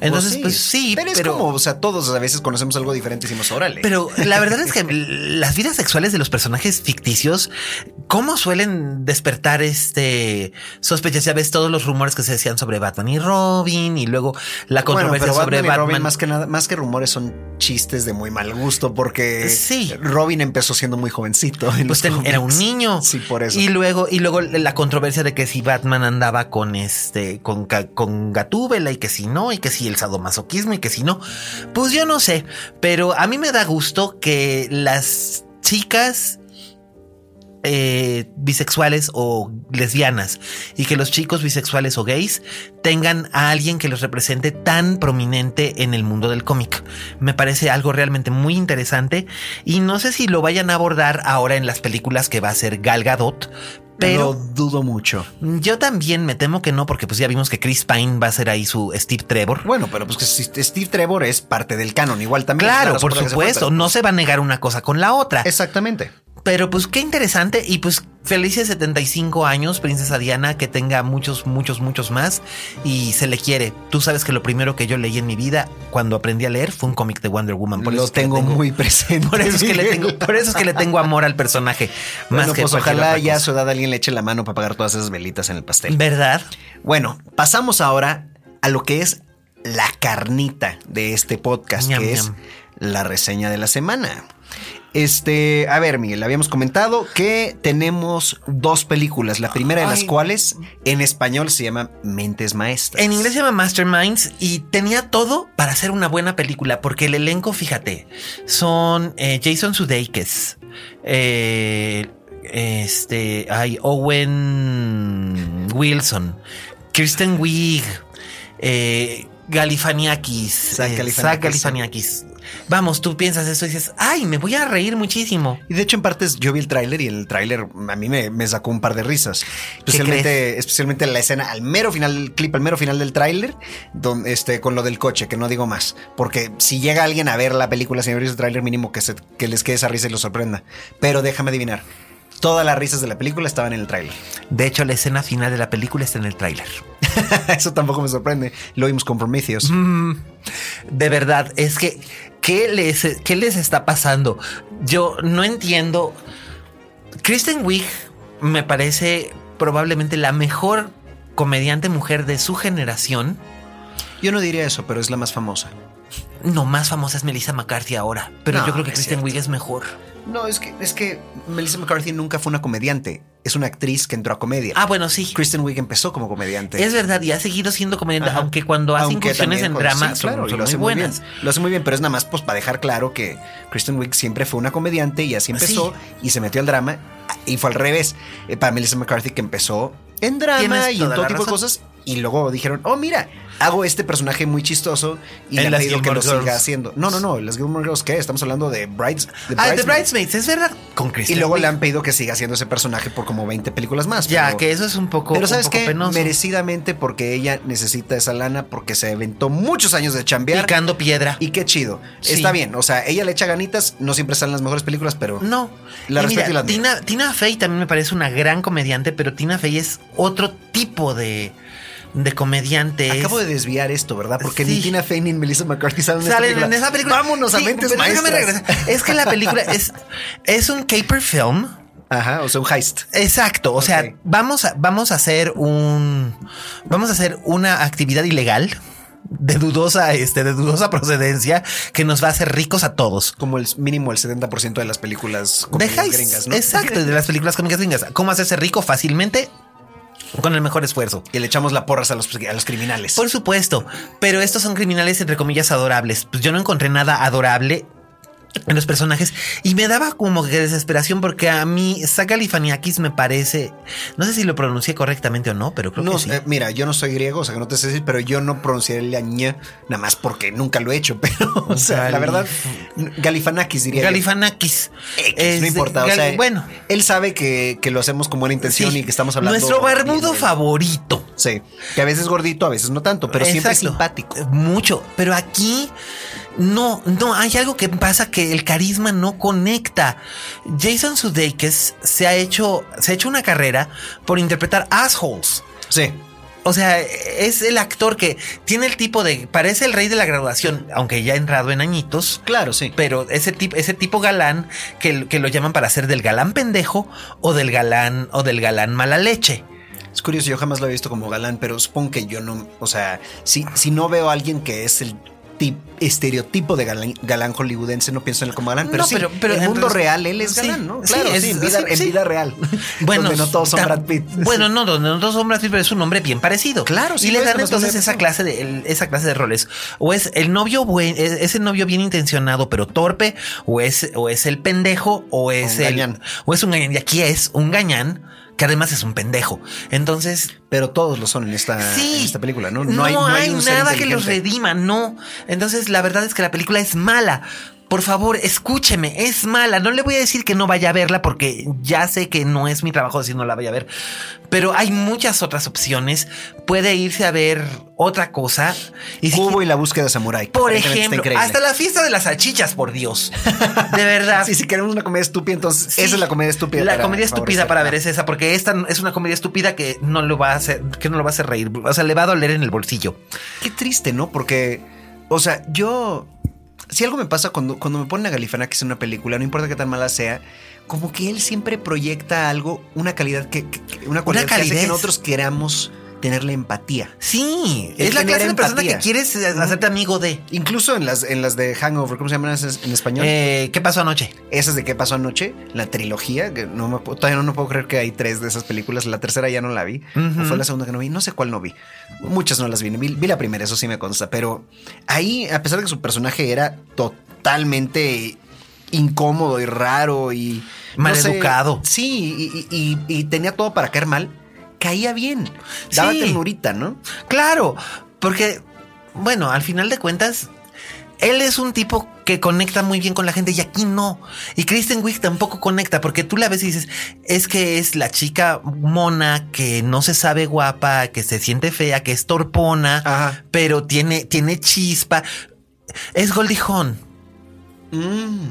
C: Entonces, pues sí,
B: Pero,
C: pero,
B: es como, o sea, todos a veces conocemos algo diferente y decimos, órale.
C: pero la verdad es que las vidas sexuales de los personajes ficticios, ¿cómo suelen despertar este sospechas? Ya ves todos los rumores que se decían sobre Batman y Robin y luego la
B: Bueno,
C: controversia
B: pero Batman
C: sobre
B: y
C: Batman.
B: Robin, más que nada, más que rumores, son chistes de muy mal gusto, porque
C: Sí.
B: Robin empezó siendo muy jovencito. en los
C: Pues ten- era un
B: cómics.
C: niño.
B: Sí, por eso.
C: Y luego, y luego la controversia de que si Batman andaba con este, con, Ga- con Gatúbela y que si no, y que si el sadomasoquismo y que si no. Pues yo no sé, pero a mí me da gusto que las chicas eh, bisexuales o lesbianas y que los chicos bisexuales o gays tengan a alguien que los represente tan prominente en el mundo del cómic. Me parece algo realmente muy interesante y no sé si lo vayan a abordar ahora en las películas que va a hacer Gal Gadot,
B: Lo
C: pero
B: dudo mucho.
C: yo también me temo que no porque pues ya vimos que Chris Pine va a ser ahí su Steve Trevor.
B: Bueno, pero pues que si- Steve Trevor es parte del canon, igual también.
C: Claro,
B: Claro,
C: por
B: porque se
C: supuesto,
B: fue,
C: no se va a negar una cosa con la otra.
B: pero- Exactamente.
C: Pero pues qué interesante y pues felices 75 años, princesa Diana, que tenga muchos, muchos, muchos más y se le quiere. Tú sabes que lo primero que yo leí en mi vida cuando aprendí a leer fue un cómic de Wonder Woman. Por
B: lo
C: eso es que le
B: tengo, muy presente.
C: Por eso, es que le tengo, por eso es que le tengo amor al personaje. Más
B: Bueno,
C: que
B: pues
C: cualquier
B: ojalá
C: otra
B: ya a
C: cosa.
B: su edad alguien le eche la mano para pagar todas esas velitas en el pastel.
C: ¿Verdad?
B: Bueno, pasamos ahora a lo que es la carnita de este podcast,
C: Ñam,
B: que
C: ñam.
B: es la reseña de la semana. Este, a ver, Miguel, habíamos comentado que tenemos dos películas, la primera de las
C: Ay.
B: cuales en español se llama Mentes Maestras.
C: En inglés se llama Masterminds y tenía todo para hacer una buena película, porque el elenco, fíjate, son eh, Jason Sudeikis, eh, este, ay, Owen Wilson, Kristen Wiig, eh, Galifaniakis,
B: Zach
C: eh,
B: Galifianakis.
C: Zach Galifianakis. Vamos, tú piensas eso y dices, ay, me voy a reír muchísimo.
B: Y de hecho, en partes, yo vi el tráiler y el tráiler a mí me, me sacó un par de risas.
C: ¿Qué
B: Especialmente, especialmente la escena al mero final del clip, al mero final del tráiler, don- este, con lo del coche, que no digo más. Porque si llega alguien a ver la película sin ver el tráiler, mínimo que, se, que les quede esa risa y los sorprenda. Pero déjame adivinar, todas las risas de la película estaban en el tráiler.
C: De hecho, la escena final de la película está en el tráiler.
B: Eso tampoco me sorprende. Lo vimos con Prometheus.
C: Mm, de verdad, es que, ¿qué les, qué les está pasando? Yo no entiendo. Kristen Wiig me parece probablemente la mejor comediante mujer de su generación.
B: Yo no diría eso, pero es la más famosa.
C: No más famosa es Melissa McCarthy ahora, pero
B: No,
C: yo creo que
B: es
C: Kristen
B: cierto.
C: Wiig es mejor.
B: No, es que, es que Melissa McCarthy nunca fue una comediante. Es una actriz que entró a comedia.
C: Ah, bueno, sí.
B: Kristen Wiig empezó como comediante.
C: Es verdad, y ha seguido siendo comediante,
B: Ajá.
C: aunque cuando hace
B: Aunque
C: incursiones
B: también
C: en
B: con-
C: drama
B: sí,
C: son-
B: claro, y
C: son
B: lo
C: muy
B: hace muy bien.
C: buenas.
B: Lo hace muy bien, pero es nada más pues para dejar claro que Kristen Wiig siempre fue una comediante y
C: Pues
B: así empezó y se metió al drama y fue al revés eh, para Melissa McCarthy que empezó en drama
C: Tienes
B: y en
C: toda
B: todo
C: la
B: tipo de
C: razón.
B: cosas y luego dijeron, "Oh, mira, hago este personaje muy chistoso y
C: En
B: le han
C: las
B: pedido que lo
C: Gilmore
B: siga
C: Girls.
B: haciendo." No, no, no, las Gilmore Girls qué, estamos hablando de Brides de
C: Ah, The
B: Bridesmaids.
C: Bridesmaids, Este es verdad. Con
B: Y
C: Kristen
B: luego
C: Wiig.
B: le han pedido que siga haciendo ese personaje por como 20 películas más.
C: Ya,
B: pero-
C: que eso es un poco,
B: pero
C: un
B: sabes
C: poco
B: que
C: penoso.
B: merecidamente porque ella necesita esa lana porque se aventó muchos años de chambear.
C: Picando piedra.
B: Y qué chido.
C: Sí.
B: Está bien, o sea, ella le echa ganitas, no siempre salen las mejores películas, pero
C: No.
B: La
C: Y
B: respeto
C: mira,
B: y la admiro.
C: Tina, Tina Fey también me parece una gran comediante, pero Tina Fey es otro tipo de, de comediantes.
B: Acabo de desviar esto, ¿verdad? Porque
C: Sí.
B: ni Tina Fey ni Melissa McCarthy salen, en,
C: salen
B: esta
C: en esa película.
B: Vámonos a
C: Sí,
B: mentes
C: pero déjame
B: maestras.
C: regresar. Es que la película es, es un caper film.
B: Ajá, o sea, un heist.
C: Exacto, o sea,
B: Ok.
C: vamos a, vamos a hacer un vamos a hacer una actividad ilegal de dudosa este de dudosa procedencia que nos va a hacer ricos a todos.
B: Como el mínimo el 70% de las películas
C: Deja
B: comedias gringas, ¿no?
C: exacto de las películas cómicas gringas. ¿Cómo hacerse rico fácilmente con el mejor esfuerzo?
B: Y le echamos la porras a los, a los criminales.
C: Por supuesto, pero estos son criminales entre comillas adorables. Pues yo no encontré nada adorable en los personajes y me daba como que desesperación porque a mí Sakalifaniakis me parece, no sé si lo pronuncié correctamente o no, pero creo
B: No,
C: que sí.
B: eh, mira, yo no soy griego, o sea que no te sé decir, pero yo no pronunciaré la ña, nada más porque nunca lo he hecho, pero, o sea, la
C: Galif-
B: verdad, Galifanakis diría. yo.
C: Galifanakis.
B: X,
C: Es
B: no
C: de-
B: importa, o
C: Gal-
B: sea,
C: bueno,
B: él sabe que, que lo hacemos con buena intención
C: sí.
B: y que estamos hablando.
C: Nuestro barbudo
B: bien,
C: favorito.
B: Sí, que a veces gordito, a veces no tanto, pero siempre
C: Exacto.
B: simpático.
C: eh, Mucho. Pero aquí no, no, hay algo que pasa que el carisma no conecta. Jason Sudeikis se ha hecho, se ha hecho una carrera por interpretar assholes.
B: Sí.
C: O sea, es el actor que tiene el tipo de. Parece el rey de la graduación, aunque ya ha entrado en añitos.
B: Claro, sí.
C: Pero ese tipo, ese tipo galán que, que lo llaman para ser del galán pendejo o del galán o del galán mala leche.
B: Es curioso, yo jamás lo he visto como galán, pero supongo que yo no, o sea, si, si no veo a alguien que es el tip- estereotipo de galán, galán hollywoodense, no pienso en él como galán, pero
C: No,
B: sí,
C: pero- pero
B: en el mundo
C: entonces-
B: real él es
C: sí,
B: galán, ¿no?
C: sí,
B: Claro, sí,
C: es-
B: en, vida,
C: sí,
B: en
C: sí.
B: vida real.
C: Bueno,
B: donde no todos son
C: tam-
B: Brad Pitt.
C: Bueno, no, donde no todos son Brad Pitt, pero es un hombre bien parecido.
B: Claro, sí
C: Y le
B: lo es,
C: dan
B: pero no son
C: entonces
B: de
C: esa clase de el- esa clase de roles. O es el novio buen, es, es el novio bien intencionado pero torpe, o es o es el pendejo, o es
B: un
C: el
B: gañán.
C: o es un gañán. Y aquí es un gañán que además es un pendejo. Entonces
B: pero todos lo son Ah, en esta,
C: sí,
B: en esta película, ¿no?
C: No hay,
B: un ser
C: nada que los
B: inteligente.
C: redima, no. Entonces la verdad es que la película es mala. Por favor, escúcheme, es mala. No le voy a decir que no vaya a verla porque ya sé que no es mi trabajo decir no la vaya a ver. Pero hay muchas otras opciones. Puede irse a ver otra cosa. Y si
B: Cubo y la búsqueda de Samurai. que
C: por
B: aparentemente está
C: ejemplo,
B: increíble.
C: hasta la fiesta de las salchichas, por Dios. De verdad.
B: Sí, si queremos una comedia estúpida, entonces
C: Sí,
B: esa es la comedia estúpida.
C: La
B: para
C: comedia estúpida
B: favorecer.
C: para ver es esa, porque esta es una comedia estúpida que no lo va a hacer, que no lo va a hacer reír. O sea, le va a doler en el bolsillo.
B: Qué triste, ¿no? Porque, o sea, yo. Si algo me pasa cuando, cuando me ponen a Galifianakis en una película, no importa qué tan mala sea, como que él siempre proyecta algo, una calidad que. que- que- una cualidad que hace
C: calidez.
B: que nosotros queramos tenerle empatía.
C: Sí,
B: Él
C: es la
B: genera
C: clase de persona
B: empatía.
C: que quieres eh, hacerte amigo de.
B: Incluso en las, en las de Hangover, ¿cómo se llaman esas en español?
C: Eh, ¿Qué pasó anoche?
B: Esas de qué pasó anoche, la trilogía, que no me pu- todavía no, no puedo creer que hay tres de esas películas. La tercera ya no la vi,
C: Ujú.
B: o fue la segunda que no vi, no sé cuál no vi. Muchas no las vi, vi, vi la primera, eso sí me consta, pero ahí, a pesar de que su personaje era totalmente incómodo y raro y
C: Maleducado.
B: no sé, sí, y, y- y- y tenía todo para caer mal, caía bien, daba
C: Sí.
B: ternurita, ¿no?
C: Claro, porque, bueno, al final de cuentas, él es un tipo que conecta muy bien con la gente y aquí no. Y Kristen Wiig tampoco conecta porque tú la ves y dices, es que es la chica mona que no se sabe guapa, que se siente fea, que es torpona,
B: Ajá.
C: pero tiene, tiene chispa. Es Goldie Hawn.
B: Mm.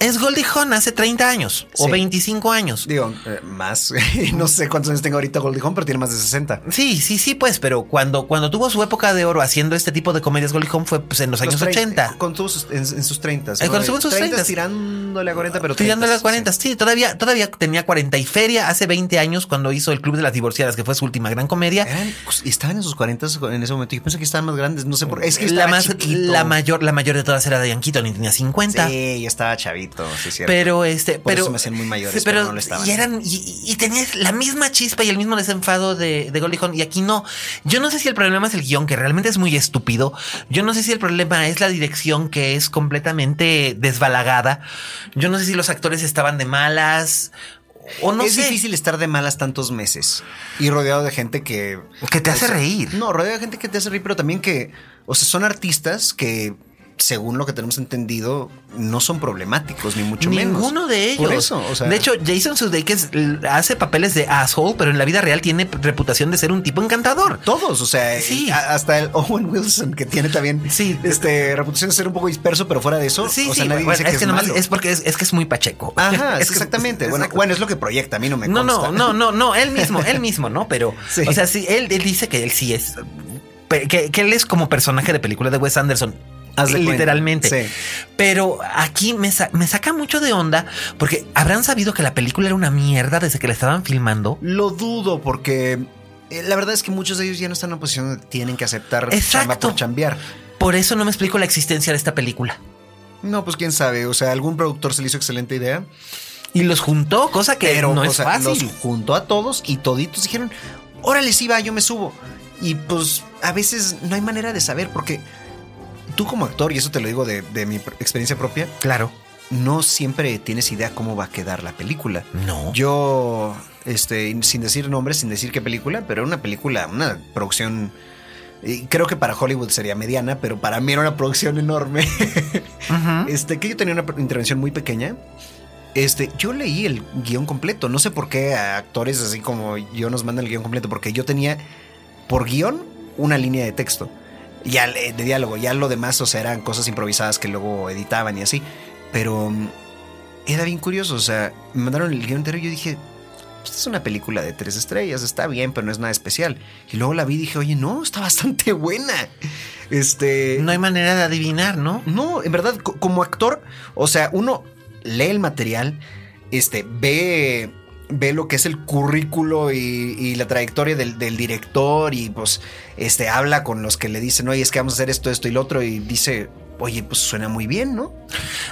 C: Es Goldie Hawn hace 30 años o
B: Sí.
C: 25 años.
B: Digo, eh, más, no sé cuántos años tengo ahorita Goldie Hawn, pero tiene más de 60.
C: Sí, sí, sí, pues, pero cuando, cuando tuvo su época de oro haciendo este tipo de comedias Goldie Hawn fue pues, en los, años
B: Los 30,
C: 80.
B: Con tus, en, en sus 30.
C: Eh, cuando estuvo en sus 30.
B: Tirándole a 40, pero
C: Tirándole a
B: 30s,
C: 40,
B: sí.
C: sí. todavía, todavía tenía 40 y feria hace 20 años cuando hizo El Club de las Divorciadas, que fue su última gran comedia.
B: Eran- pues, y estaban en sus 40 en ese momento. Yo pensé que estaban más grandes. No sé por qué. Es que
C: la,
B: estaba
C: más-
B: chiquito.
C: la mayor, la mayor de todas era Diane Keaton y tenía 50.
B: Sí, yo estaba chavito. Sí, es cierto.
C: Pero este,
B: Por
C: pero
B: eso me hacían muy mayores,
C: sí,
B: pero no lo estaban.
C: Y eran y, y- y tenías la misma chispa y el mismo desenfado de, de Goldie Hawn, y aquí no. Yo no sé si el problema es el guión que realmente es muy estúpido. Yo no sé si el problema es la dirección que es completamente desbalagada. Yo no sé si los actores estaban de malas o no
B: es
C: sé.
B: difícil estar de malas tantos meses y rodeado de gente que.
C: Que te hace
B: o sea,
C: reír.
B: No, rodeado de gente que te hace reír, pero también que. O sea, son artistas que según lo que tenemos entendido, no son problemáticos, ni mucho menos.
C: Ninguno de ellos.
B: Por eso, o sea,
C: de hecho, Jason Sudeikis l- hace papeles de asshole, pero en la vida real tiene reputación de ser un tipo encantador.
B: todos, o sea,
C: Sí.
B: eh, a- hasta el Owen Wilson, que tiene también
C: Sí.
B: este, reputación de ser un poco disperso, pero fuera de eso,
C: Sí,
B: o sea,
C: sí,
B: nadie
C: bueno,
B: dice que
C: es que nomás
B: malo.
C: es porque es, es que es muy pacheco.
B: Ajá,
C: Es
B: es
C: que- pues,
B: exactamente. bueno,
C: exacto.
B: bueno, es lo que proyecta, a mí no me
C: No,
B: consta.
C: no, no, no, no, él mismo, él mismo, ¿no? Pero,
B: Sí.
C: o sea, sí, él, él dice que él sí es, pe- que, que él es como personaje de película de Wes Anderson.
B: Haz de cuenta.
C: literalmente.
B: Sí.
C: Pero aquí me, sa- me saca mucho de onda porque habrán sabido que la película era una mierda desde que la estaban filmando.
B: Lo dudo porque eh, la verdad es que muchos de ellos ya no están en una posición donde tienen que aceptar chamba
C: Exacto.
B: por chambear.
C: Por eso no me explico la existencia de esta película.
B: No, pues quién sabe. O sea, algún productor se le hizo excelente idea,
C: Y los juntó, cosa que
B: pero
C: no
B: o
C: es
B: sea, los
C: fácil.
B: juntó a todos y toditos dijeron: Órale, sí, va, yo me subo. Y pues a veces no hay manera de saber porque tú, como actor, y eso te lo digo de, de mi pr- experiencia propia,
C: Claro.
B: no siempre tienes idea cómo va a quedar la película.
C: No.
B: Yo, este, sin decir nombres, sin decir qué película, pero era una película, una producción. y Creo que para Hollywood sería mediana, pero para mí era una producción enorme.
C: Ujú.
B: Este, que yo tenía una intervención muy pequeña. Este, yo leí el guión completo. No sé por qué a actores así como yo nos mandan el guión completo, porque yo tenía por guión una línea de texto ya le- de diálogo. Ya lo demás, o sea, eran cosas improvisadas que luego editaban y así. Pero mm, era bien curioso. O sea, me mandaron el guión entero y yo dije, esta es una película de tres estrellas, está bien, pero no es nada especial. Y luego la vi y dije, oye, no, está bastante buena. Este.
C: No hay manera de adivinar, ¿no?
B: No, en verdad, co- como actor, o sea, uno lee el material, este, ve, ve lo que es el currículo y, y la trayectoria del, del director y pues, este, habla con los que le dicen, oye, es que vamos a hacer esto, esto y lo otro y dice, oye, pues suena muy bien, ¿no?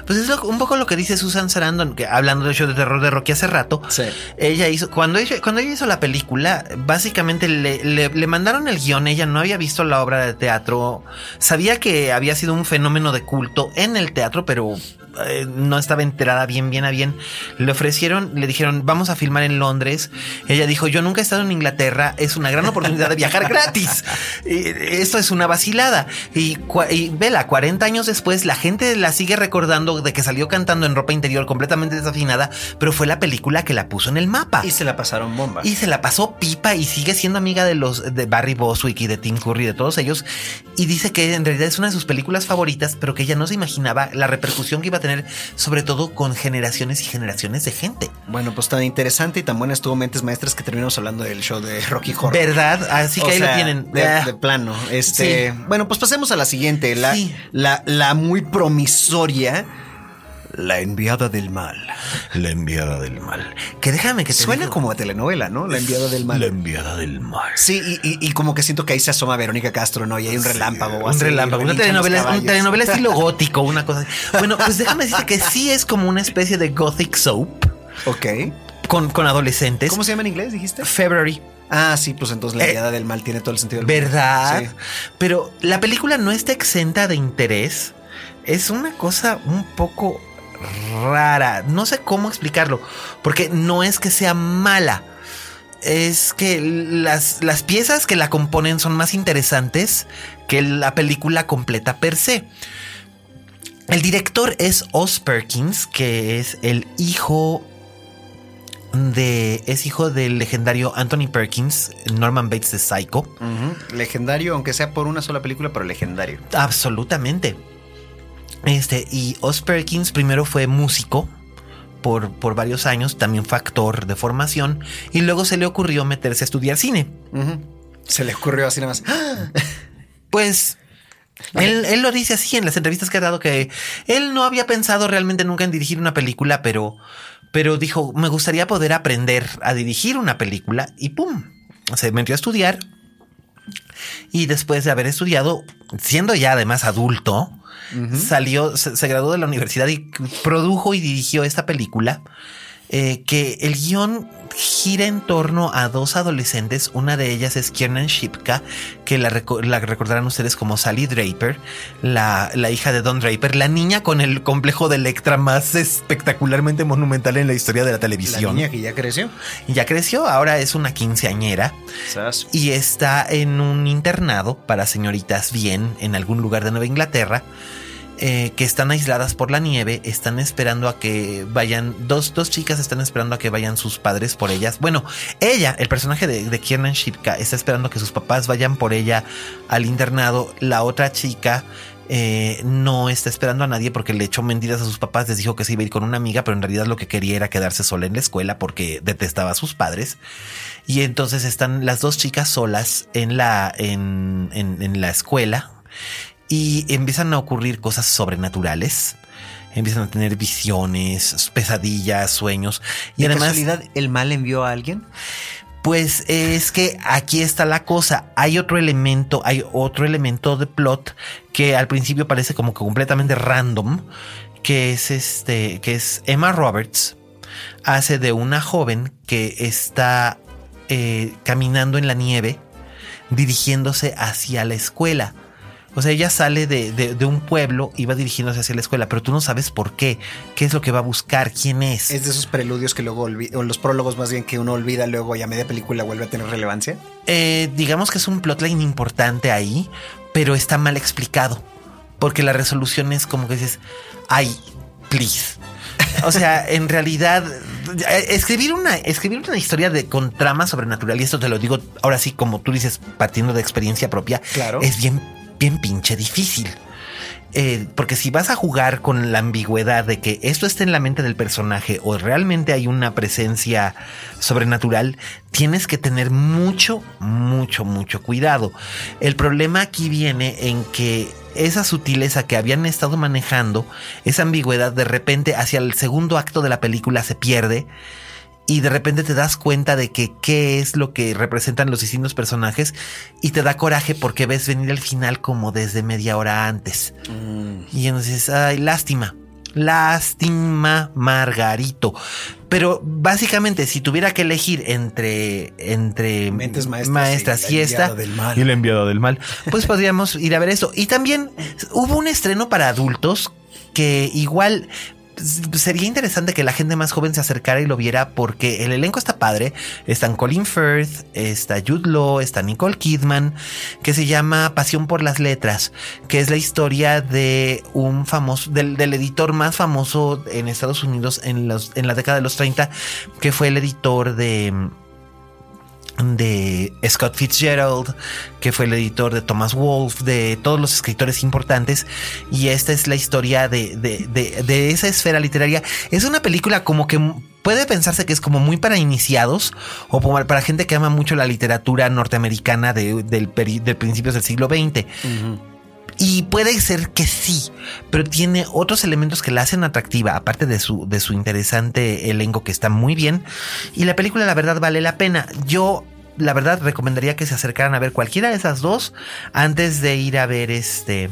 C: Pues es lo- un poco lo que dice Susan Sarandon, que hablando de show de terror de Rocky hace rato.
B: Sí.
C: Ella hizo, cuando ella, cuando ella hizo la película, básicamente le, le- le mandaron el guión, ella no había visto la obra de teatro, sabía que había sido un fenómeno de culto en el teatro, pero eh, no estaba enterada bien, bien a bien. Le ofrecieron, le dijeron, vamos a filmar en Londres. Ella dijo, yo nunca he estado en Inglaterra, es una gran oportunidad de viajar gratis. Y Esto es una vacilada. Y, cua- y vela, 40 años después, la gente la sigue recordando de que salió cantando en ropa interior completamente desafinada, pero fue la película que la puso en el mapa.
B: Y se la pasaron bomba.
C: Y se la pasó pipa y sigue siendo amiga de los de Barry Boswick y de Tim Curry, de todos ellos. Y dice que en realidad es una de sus películas favoritas, pero que ella no se imaginaba la repercusión que iba a tener, sobre todo con generaciones y generaciones de gente.
B: bueno, pues tan interesante y tan buena estuvo Mentes Maestras que terminamos hablando del show de Rocky Horror.
C: ¿Verdad? Así que
B: O
C: ahí
B: sea,
C: lo tienen.
B: De,
C: Ah.
B: de plano. Este,
C: Sí.
B: Bueno, pues pasemos a la siguiente. La,
C: Sí.
B: la, la muy promisoria. La enviada del mal.
C: La enviada del mal. Que déjame que te
B: Suena
C: digo-
B: como a telenovela, ¿no? La enviada del mal.
C: enviada del mal.
B: Sí, y, y- y como que siento que ahí se asoma Verónica Castro, ¿no? Y hay un relámpago.
C: Un relámpago, una telenovela, un telenovela estilo gótico, una cosa. así. Bueno, pues déjame decirte que sí es como una especie de gothic soap
B: Ok.
C: con, con adolescentes.
B: ¿Cómo se llama en inglés, dijiste?
C: February.
B: Ah, sí, pues entonces la
C: Eh,
B: enviada del mal tiene todo el sentido del mundo.
C: ¿Verdad?
B: Sí.
C: Pero la película no está exenta de interés. Es una cosa un poco rara. No sé cómo explicarlo. Porque no es que sea mala. Es que las, las piezas que la componen son más interesantes que la película completa per se. El director es Oz Perkins, que es el hijo de. es hijo del legendario Anthony Perkins, Norman Bates de Psycho.
B: Ujú. Legendario, aunque sea por una sola película, pero legendario.
C: Absolutamente. Este, y Oz Perkins primero fue músico por, por varios años, también fue actor de formación, y luego se le ocurrió meterse a estudiar cine.
B: Ujú. Se le ocurrió así nada más. ¡Ah!
C: Pues él, él lo dice así en las entrevistas que ha dado que él no había pensado realmente nunca en dirigir una película, pero, pero dijo, me gustaría poder aprender a dirigir una película y pum, se metió a estudiar. Y después de haber estudiado, siendo ya además adulto, salió, se, se graduó de la universidad y produjo y dirigió esta película. eh, que el guión gira en torno a dos adolescentes. Una de ellas es Kiernan Shipka, que la, reco- la recordarán ustedes como Sally Draper, la, la hija de Don Draper, la niña con el complejo de Electra más espectacularmente monumental en la historia de la
B: La
C: televisión.
B: niña que ya creció.
C: Ya creció, ahora es una quinceañera y está en un internado para señoritas bien en algún lugar de Nueva Inglaterra. eh, que están aisladas por la nieve, están esperando a que vayan, dos, dos chicas están esperando a que vayan sus padres por ellas. Bueno, ella, el personaje de, de Kiernan Shipka, está esperando que sus papás vayan por ella al internado. La otra chica eh, no está esperando a nadie porque le echó mentiras a sus papás, les dijo que se iba a ir con una amiga, pero en realidad lo que quería era quedarse sola en la escuela porque detestaba a sus padres. Y entonces están las dos chicas solas en la, en, en, en la escuela y empiezan a ocurrir cosas sobrenaturales. Empiezan a tener visiones, pesadillas, sueños. Y
B: ¿De
C: además,
B: casualidad el mal envió a alguien?
C: pues es que aquí está la cosa. Hay otro elemento, hay otro elemento de plot que al principio parece como que completamente random, que es este, que es Emma Roberts hace de una joven que está eh, caminando en la nieve, dirigiéndose hacia la escuela. O sea, ella sale de, de- de un pueblo y va dirigiéndose hacia la escuela, pero tú no sabes por qué, qué es lo que va a buscar, quién es.
B: Es de esos preludios que luego olvida, o los prólogos más bien que uno olvida luego y a media película vuelve a tener relevancia.
C: Eh, digamos que es un plotline importante ahí, pero está mal explicado. Porque la resolución es como que dices, ay, please. O sea, en realidad, eh, escribir una, escribir una historia de, con trama sobrenatural, y esto te lo digo ahora sí, como tú dices, partiendo de experiencia propia,
B: Claro.
C: es bien, bien pinche difícil. Eh, porque si vas a jugar con la ambigüedad de que esto esté en la mente del personaje o realmente hay una presencia sobrenatural, tienes que tener mucho, mucho, mucho cuidado. El problema aquí viene en que esa sutileza que habían estado manejando, esa ambigüedad de repente hacia el segundo acto de la película se pierde y de repente te das cuenta de que qué es lo que representan los distintos personajes y te da coraje porque ves venir el final como desde media hora antes. Y entonces, ay, lástima. Lástima, Margarito. Pero básicamente, si tuviera que elegir entre, entre
B: Mentes maestras.
C: maestras y
B: la
C: esta,
B: enviada del mal.
C: y el enviado del mal. Pues podríamos ir a ver esto. Y también hubo un estreno para adultos que igual s- sería interesante que la gente más joven se acercara y lo viera porque el elenco está padre. Están Colin Firth, está Jude Law, está Nicole Kidman, que se llama Pasión por las Letras, que es la historia de un famoso, del, del editor más famoso en Estados Unidos en, los, en la década de los 30, que fue el editor de de Scott Fitzgerald, que fue el editor de Thomas Wolfe, de todos los escritores importantes. Y esta es la historia de, de- de- de esa esfera literaria. Es una película como que m- puede pensarse que es como muy para iniciados o como para gente que ama mucho la literatura norteamericana de, del, peri- de principios del siglo XX. Y puede ser que sí, pero tiene otros elementos que la hacen atractiva, aparte de su, de su interesante elenco que está muy bien. Y la película, la verdad, vale la pena. Yo, la verdad, recomendaría que se acercaran a ver cualquiera de esas dos antes de ir a ver este.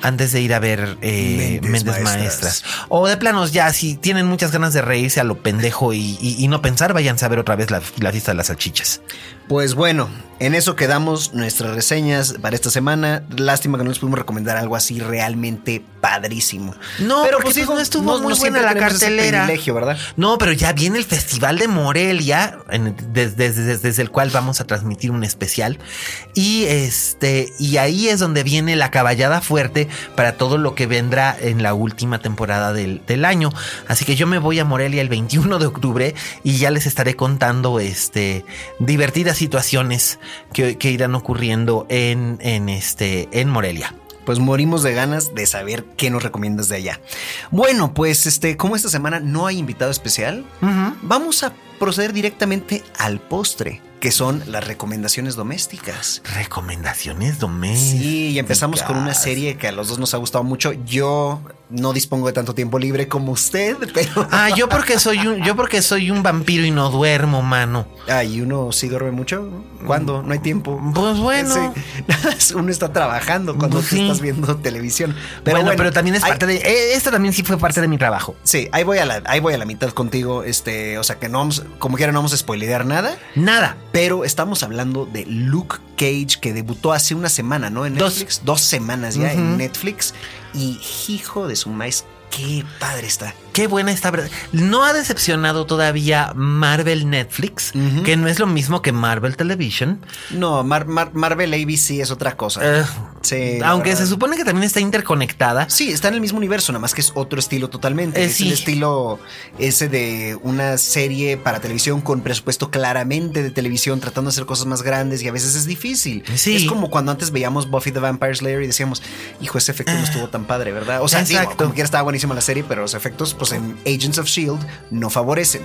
C: Antes de ir a ver eh,
B: Mentes
C: Mentes Maestras.
B: Maestras.
C: O de planos, ya, si tienen muchas ganas de reírse a lo pendejo y, y- y no pensar, váyanse a ver otra vez la, la fiesta de las salchichas.
B: Pues bueno, en eso quedamos nuestras reseñas para esta semana. Lástima que no les pudimos recomendar algo así realmente padrísimo.
C: No, porque, pues, no estuvo muy
B: siempre
C: buena la
B: tenemos ese
C: cartelera.
B: privilegio, ¿verdad?
C: No, pero ya viene el Festival de Morelia, en- des- des- des- desde, el cual vamos a transmitir un especial. Y este, y ahí es donde viene la caballada fuerte para todo lo que vendrá en la última temporada del, del año. Así que yo me voy a Morelia el 21 de octubre y ya les estaré contando este divertidas situaciones que, que irán ocurriendo en, en este en Morelia.
B: Pues morimos de ganas de saber qué nos recomiendas de allá. Bueno, pues este, como esta semana no hay invitado especial, vamos a proceder directamente al postre, que son las recomendaciones domésticas.
C: Recomendaciones domésticas.
B: Sí, y empezamos con una serie que a los dos nos ha gustado mucho. Yo no dispongo de tanto tiempo libre como usted, pero
C: Ah, yo porque soy un, yo porque soy un vampiro y no duermo, mano.
B: ay, Ah, uno sí duerme mucho. ¿Cuándo? No hay tiempo.
C: Pues bueno.
B: Sí. uno está trabajando cuando
C: Pues
B: tú
C: sí.
B: estás viendo televisión.
C: Pero bueno, pero también es
B: hay-
C: parte de. eh, esto también sí fue parte de mi trabajo.
B: Sí, ahí voy a la, ahí voy a la mitad contigo. Este, o sea que no vamos, como quiera, no vamos a spoilear nada.
C: Nada.
B: Pero estamos hablando de Luke Cage, que debutó hace una semana, ¿no? En
C: Dos.
B: Netflix. Dos, semanas ya
C: Ujú.
B: en Netflix. Y hijo de su maíz, qué padre está.
C: qué buena está. verdad. No ha decepcionado todavía Marvel Netflix, que no es lo mismo que Marvel Television.
B: No, Mar- Mar- Marvel ABC es otra cosa.
C: Eh,
B: Sí, la
C: aunque se
B: verdad.
C: supone que también está interconectada.
B: Sí, está en el mismo universo, nada más que es otro estilo totalmente.
C: Eh,
B: es
C: sí.
B: el estilo ese de una serie para televisión con presupuesto claramente de televisión, tratando de hacer cosas más grandes y a veces es difícil.
C: Sí.
B: Es como cuando antes veíamos Buffy the Vampire Slayer y decíamos, hijo, ese efecto no estuvo tan padre, ¿verdad? O sea, digo,
C: Ah. Exacto.
B: como quiera estaba buenísima la serie, pero los efectos, pues en Agents of Shield no favorecen.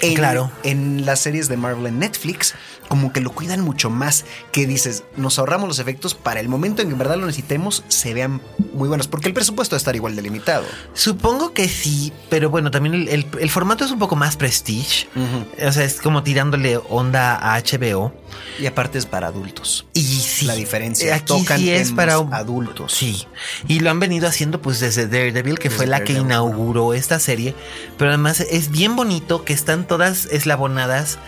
B: En-
C: Claro.
B: En las series de Marvel en Netflix, como que lo cuidan mucho más. Que dices, nos ahorramos los efectos para el momento en que en verdad lo necesitemos, se vean muy buenos. Porque el presupuesto va a estar igual delimitado.
C: Supongo que sí, pero bueno, también el, el- el formato es un poco más prestige. O sea, es como tirándole onda a HBO.
B: Y aparte es para adultos.
C: Y sí,
B: La diferencia.
C: aquí
B: Tocan
C: sí es
B: temas
C: para un-
B: adultos.
C: Sí, y lo han venido haciendo pues desde Daredevil, que
B: Desde
C: fue la que
B: Daredevil, ¿no?
C: inauguró esta serie. Pero además es bien bonito que están todas eslabonadas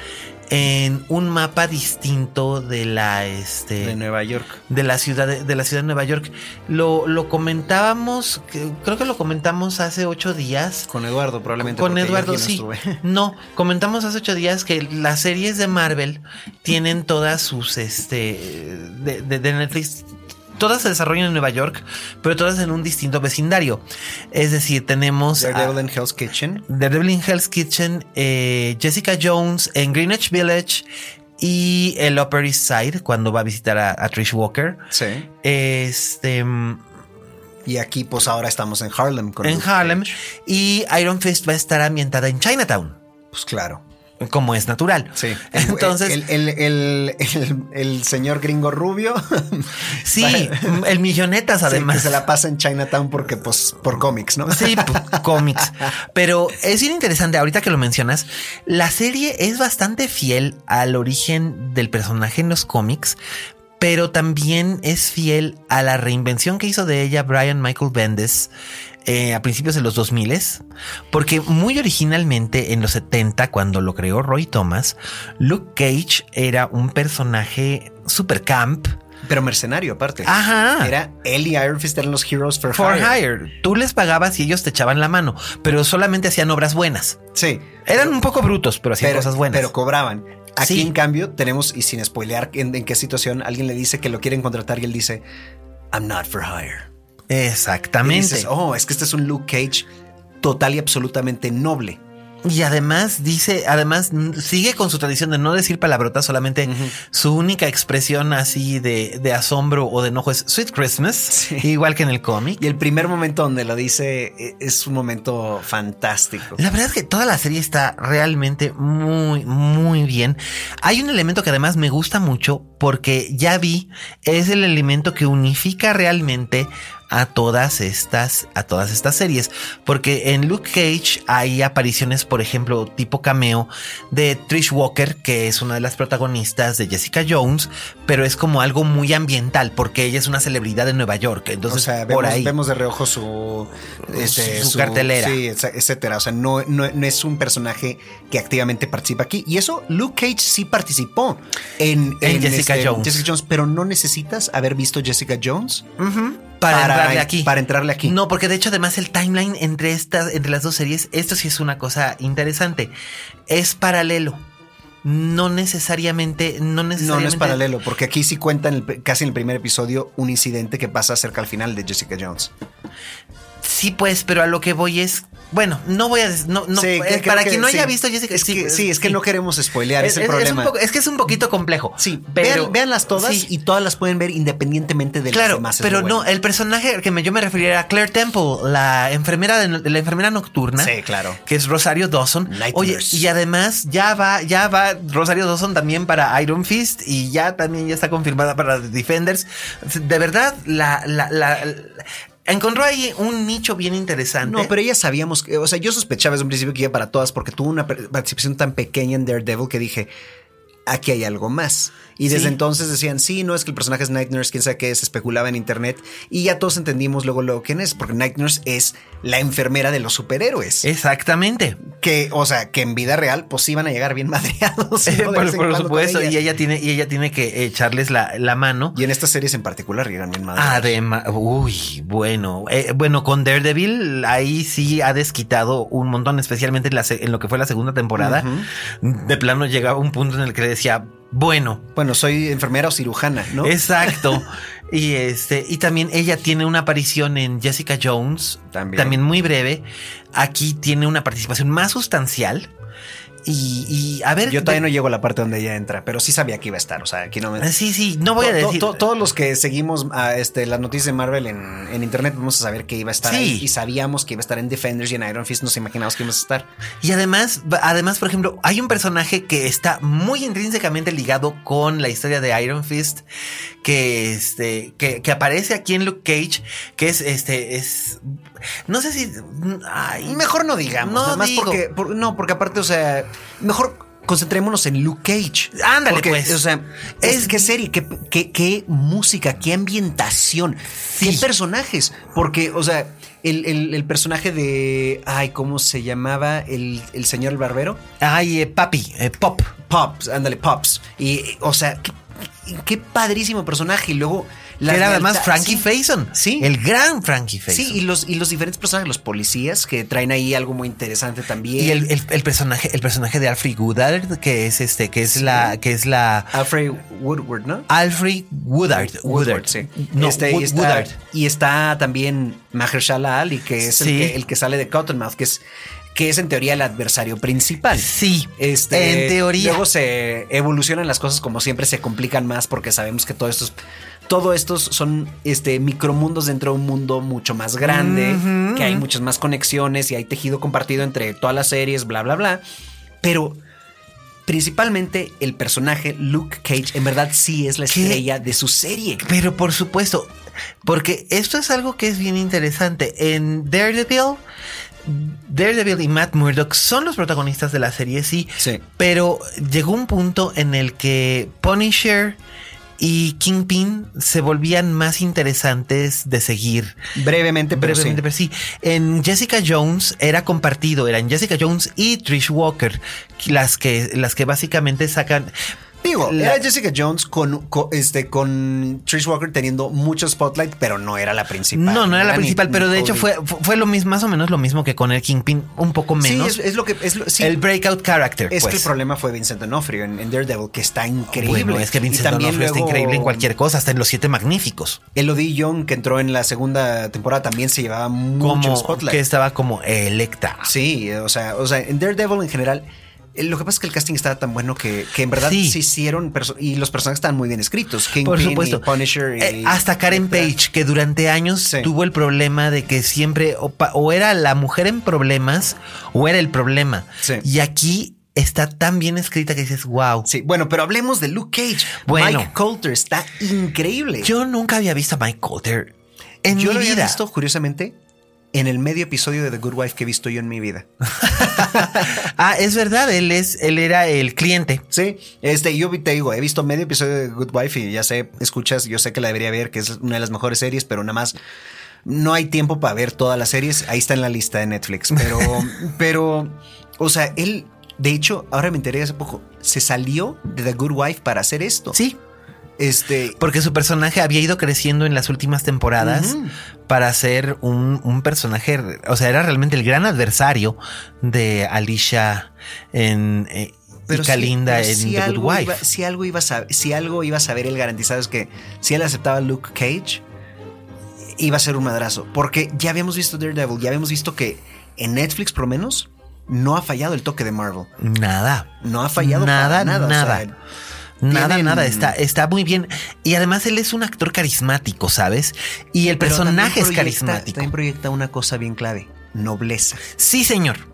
C: en un mapa distinto de la este
B: De Nueva York.
C: de la ciudad de, de la ciudad de Nueva York. Lo, lo comentábamos, que- creo que lo comentamos hace ocho días.
B: Con Eduardo, probablemente.
C: Con
B: porque yo
C: Eduardo,
B: aquí no
C: sí.
B: estuve.
C: No, comentamos hace ocho días que las series de Marvel tienen todas sus, este, de, de- de Netflix, todas se desarrollan en Nueva York, pero todas en un distinto vecindario. Es decir, tenemos... a-
B: Daredevil and Hell's Kitchen.
C: Daredevil in Hell's Kitchen, eh, Jessica Jones en Greenwich Village y el Upper East Side cuando va a visitar a, a Trish Walker.
B: Sí.
C: Este, mm,
B: Y aquí, pues ahora estamos en Harlem. Con
C: en
B: Luke
C: Harlem.
B: Cage.
C: Y Iron Fist va a estar ambientada en Chinatown,
B: Pues claro.
C: como es natural.
B: Sí.
C: Entonces,
B: El, el- el- el- el señor gringo rubio.
C: Sí, el millonetas
B: Además.
C: además.
B: se la pasa en Chinatown porque, pues, por cómics, ¿no?
C: Sí, p- cómics. Pero es bien interesante, ahorita que lo mencionas, la serie es bastante fiel al origen del personaje en los cómics, pero también es fiel a la reinvención que hizo de ella Brian Michael Bendis eh, a principios de los 2000, porque muy originalmente en los 70, cuando lo creó Roy Thomas, Luke Cage era un personaje super camp.
B: Pero mercenario, aparte.
C: Ajá.
B: Era él y Iron Fist eran los heroes for,
C: For
B: hire.
C: hire. Tú les pagabas y ellos te echaban la mano, pero solamente hacían obras buenas.
B: Sí.
C: Eran un poco brutos, pero hacían
B: Pero,
C: cosas buenas.
B: pero cobraban. Aquí,
C: Sí.
B: en cambio, tenemos, y sin spoilear en, en qué situación alguien le dice que lo quieren contratar y él dice, I'm not for hire. Y
C: Exactamente. Y,
B: dices, oh, es que este es un Luke Cage total y absolutamente noble.
C: además dice, además mm, sigue con su tradición de no decir palabrotas, solamente su única expresión así de, de asombro o de enojo es Sweet Christmas, igual que en el cómic.
B: Y el primer momento donde lo dice e- es un momento fantástico.
C: La verdad es que toda la serie está realmente muy, muy bien. Hay un elemento que además me gusta mucho porque ya vi, es el elemento que unifica realmente a todas estas, a todas estas series. Porque en Luke Cage hay apariciones, por ejemplo, tipo cameo de Trish Walker, que es una de las protagonistas de Jessica Jones, pero es como algo muy ambiental porque ella es una celebridad de Nueva York. Entonces,
B: o sea,
C: por
B: vemos,
C: ahí.
B: vemos de reojo su, este,
C: Su cartelera.
B: Sí, etc- etcétera. O sea, no, no, no es un personaje que activamente participa aquí. Y eso, Luke Cage sí participó en,
C: En Jessica Jones.
B: Jessica Jones, pero no necesitas haber visto Jessica Jones
C: Ujú, Para, entrarle aquí.
B: Para entrarle aquí.
C: No, porque de hecho además el timeline entre estas, entre las dos series, esto sí es una cosa interesante. Es paralelo. No necesariamente,
B: No,
C: no necesariamente.
B: no es paralelo, porque aquí sí cuenta en el pr- casi en el primer episodio un incidente que pasa cerca al final de Jessica Jones.
C: Sí, pues, pero a lo que voy es, bueno, no voy a, des- no, no,
B: Sí,
C: eh,
B: creo
C: para
B: que
C: quien no haya
B: sí.
C: visto Jessica, pues,
B: Es que- sí, es que no queremos spoilear, es,
C: es,
B: el
C: es un
B: problema.
C: poco- es que es un poquito complejo.
B: Sí, pero, vean, las todas
C: Sí.
B: y todas las pueden ver independientemente de
C: Claro,
B: las demás. es
C: pero
B: lo bueno.
C: no, el personaje al que me- yo me refería era Claire Temple, la enfermera de, la enfermera nocturna.
B: Sí, claro.
C: Que es Rosario Dawson.
B: Nightmares.
C: Oye, y además ya va, ya va Rosario Dawson también para Iron Fist y ya también ya está confirmada para The Defenders. De verdad, la, la, la- la- encontró ahí un nicho bien interesante.
B: eh, No, pero ya sabíamos, que, o sea, yo sospechaba desde un principio que iba para todas porque tuvo una per- participación tan pequeña en Daredevil que dije, aquí hay algo más. Y desde
C: Sí.
B: entonces decían, sí, no es que el personaje es Night Nurse, quién sabe qué es, especulaba en internet. Y ya todos entendimos luego luego quién es, porque Night Nurse es la enfermera de los superhéroes.
C: Exactamente.
B: Que, o sea, que en vida real, pues iban a llegar bien madreados.
C: Eh,
B: ¿no? De
C: por-
B: vez en
C: por
B: cuando con
C: supuesto.
B: ella.
C: Y ella tiene, y ella tiene que echarles la, la mano.
B: Y en estas series en particular llegan bien madreados.
C: Además, uy, bueno, eh, bueno, con Daredevil ahí sí ha desquitado un montón, especialmente en, la se- en lo que fue la segunda temporada. De plano llegaba un punto en el que decía, bueno,
B: Bueno, soy enfermera o cirujana, ¿no?
C: Exacto. y este, y también ella tiene una aparición en Jessica Jones,
B: También.
C: muy breve. Aquí tiene una participación más sustancial. Y, y, a ver.
B: Yo todavía no
C: de-
B: llego a la parte donde ella entra, pero sí sabía que iba a estar. O sea, aquí no me.
C: Sí, sí, no voy a
B: To- to-
C: decir.
B: to- todos los que seguimos a este, las noticias de Marvel en, en internet vamos a saber que iba a estar
C: Sí.
B: ahí. y sabíamos que iba a estar en Defenders y en Iron Fist, nos imaginábamos que iba a estar.
C: Y además, además, por ejemplo, hay un personaje que está muy intrínsecamente ligado con la historia de Iron Fist, que este, que, que aparece aquí en Luke Cage, que es este, es, no sé si, ay,
B: Mejor no digamos,
C: No
B: nada más
C: digo.
B: porque por- no, porque aparte, o sea, mejor concentrémonos en Luke Cage.
C: Ándale,
B: Porque,
C: pues.
B: O sea, es
C: Es-
B: qué serie, qué, qué- qué música, qué ambientación, qué personajes. Porque, o sea, el, el- el personaje de. Ay, ¿cómo se llamaba? El, el señor el barbero.
C: ay, eh, papi, eh, pop.
B: Pops, ándale, Pops. Y, o sea, qué, qué padrísimo personaje. Y luego. la
C: que
B: lealtad-
C: era además Frankie
B: sí.
C: Faison.
B: Sí.
C: El gran Frankie Faison.
B: Sí, y los, y los diferentes personajes, los policías, que traen ahí algo muy interesante también.
C: Y el, el- el personaje, el personaje de Alfred Woodard, que es este, que es la, que es la
B: Alfred Woodward, ¿no?
C: Alfred Woodard. Woodard,
B: sí.
C: No,
B: Este,
C: Wood-
B: y, está,
C: Woodard.
B: y está también Mahershala Ali, que es
C: Sí.
B: el, que, el que sale de Cottonmouth, que es, que es en teoría el adversario principal.
C: Sí.
B: Este,
C: en teoría.
B: Luego se evolucionan las cosas como siempre, se complican más porque sabemos que todo estos, todo estos son este, micromundos dentro de un mundo mucho más grande, que hay muchas más conexiones y hay tejido compartido entre todas las series, bla, bla, bla. Pero principalmente el personaje Luke Cage en verdad sí es la
C: ¿Qué?
B: estrella de su serie.
C: Pero por supuesto, porque esto es algo que es bien interesante. En Daredevil, Daredevil y Matt Murdock son los protagonistas de la serie, sí.
B: Sí.
C: Pero llegó un punto en el que Punisher y Kingpin se volvían más interesantes de seguir.
B: Brevemente, pero Oh, sí.
C: Brevemente, pero sí. En Jessica Jones era compartido, eran Jessica Jones y Trish Walker, las que, las que básicamente sacan.
B: Digo,
C: La-
B: era Jessica Jones con, con- este, con Trish Walker teniendo mucho spotlight, pero no era la principal.
C: No, no era la
B: ni-
C: principal,
B: ni
C: pero
B: Cody.
C: de hecho fue, fue lo mismo, más o menos lo mismo que con el Kingpin, un poco menos.
B: Sí, es, es lo que. Es lo- sí,
C: El breakout character.
B: es que el
C: pues.
B: problema fue Vincent D'Onofrio en, en Daredevil, que está increíble.
C: Bueno, es que Vincent
B: Y también
C: D'Onofrio está
B: luego
C: increíble en cualquier cosa, hasta en los siete magníficos.
B: Elodie Young, que entró en la segunda temporada, también se llevaba mucho
C: Como
B: spotlight.
C: que estaba como electa.
B: Sí, o sea, o sea, en Daredevil en general. eh, Lo que pasa es que el casting estaba tan bueno que, que en verdad
C: Sí.
B: se hicieron perso- y los personajes estaban muy bien escritos. Kingpin
C: Por
B: y
C: supuesto.
B: Punisher y-
C: Eh, hasta Karen Page, que durante años
B: Sí.
C: tuvo el problema de que siempre o, pa- o era la mujer en problemas o era el problema.
B: Sí.
C: Y aquí está tan bien escrita que dices, wow.
B: Sí, bueno, pero hablemos de Luke Cage.
C: Bueno.
B: Mike Coulter está increíble.
C: Yo nunca había visto a Mike Cotter en
B: Yo
C: mi
B: lo había
C: vida.
B: visto, curiosamente, en el medio episodio de The Good Wife que he visto yo en mi vida.
C: Ah, es verdad, él es, él era el cliente.
B: Sí, este, yo vi- te digo, he visto medio episodio de Good Wife y ya sé, escuchas, yo sé que la debería ver, que es una de las mejores series, pero nada más no hay tiempo para ver todas las series. Ahí está en la lista de Netflix. Pero, pero, o sea, él, de hecho, ahora me enteré hace poco, se salió de The Good Wife para hacer esto.
C: Sí.
B: Este,
C: Porque su personaje había ido creciendo en las últimas temporadas para ser un, un personaje, o sea, era realmente el gran adversario de Alicia en eh, y Kalinda
B: sí, pero
C: en
B: si
C: The Good
B: algo
C: Wife.
B: iba- si, algo iba a saber, si algo iba a saber el garantizado es que si él aceptaba a Luke Cage, iba a ser un madrazo. Porque ya habíamos visto Daredevil, ya habíamos visto que en Netflix, por lo menos, no ha fallado el toque de Marvel.
C: Nada.
B: No ha fallado para
C: nada,
B: nada. o
C: nada.
B: sea,
C: Nada,
B: tienen-
C: nada, está, está muy bien. Y además él es un actor carismático, ¿sabes? Y el
B: pero también
C: personaje es
B: proyecta-
C: carismático.
B: También proyecta una cosa bien clave: nobleza.
C: Sí, señor.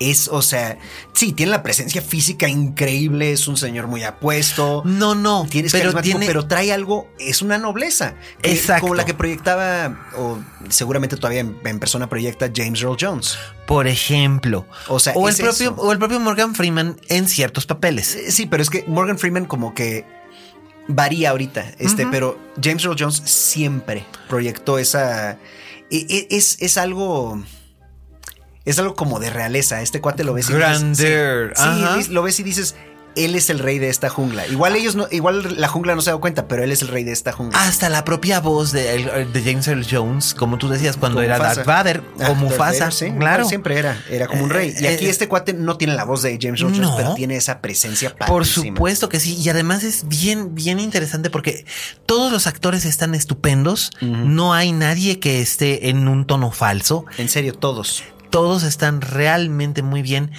B: es, o sea, sí, tiene la presencia física increíble, es un señor muy apuesto.
C: No, no,
B: Tienes
C: pero tiene-
B: pero trae algo, es una nobleza. que-
C: Exacto.
B: Como la que proyectaba, o seguramente todavía en, en persona proyecta James Earl Jones.
C: por ejemplo.
B: O sea,
C: o
B: es
C: el propio
B: eso.
C: o el propio Morgan Freeman en ciertos papeles.
B: Eh, Sí, pero es que Morgan Freeman como que varía ahorita, este, pero James Earl Jones siempre proyectó esa e- e- es, es algo es algo como de realeza, este cuate lo ves y
C: Grandeur,
B: dices, sí, sí,
C: ajá.
B: dis- lo ves y dices él es el rey de esta jungla. Igual ellos no, igual la jungla no se da cuenta, pero él es el rey de esta jungla.
C: Hasta la propia voz de, el- de James Earl Jones, como tú decías, cuando
B: Como
C: era
B: Mufasa.
C: Darth Vader
B: Ah,
C: o
B: Darth
C: Mufasa,
B: Vader, sí,
C: claro.
B: Siempre era, era como un rey. Y
C: Eh,
B: aquí
C: eh,
B: este cuate no tiene la voz de James Earl Jones,
C: No.
B: pero tiene esa presencia
C: Por
B: padrísima.
C: supuesto que sí, y además es bien, bien interesante porque todos los actores están estupendos, no hay nadie que esté en un tono falso,
B: En serio, todos.
C: todos están realmente muy bien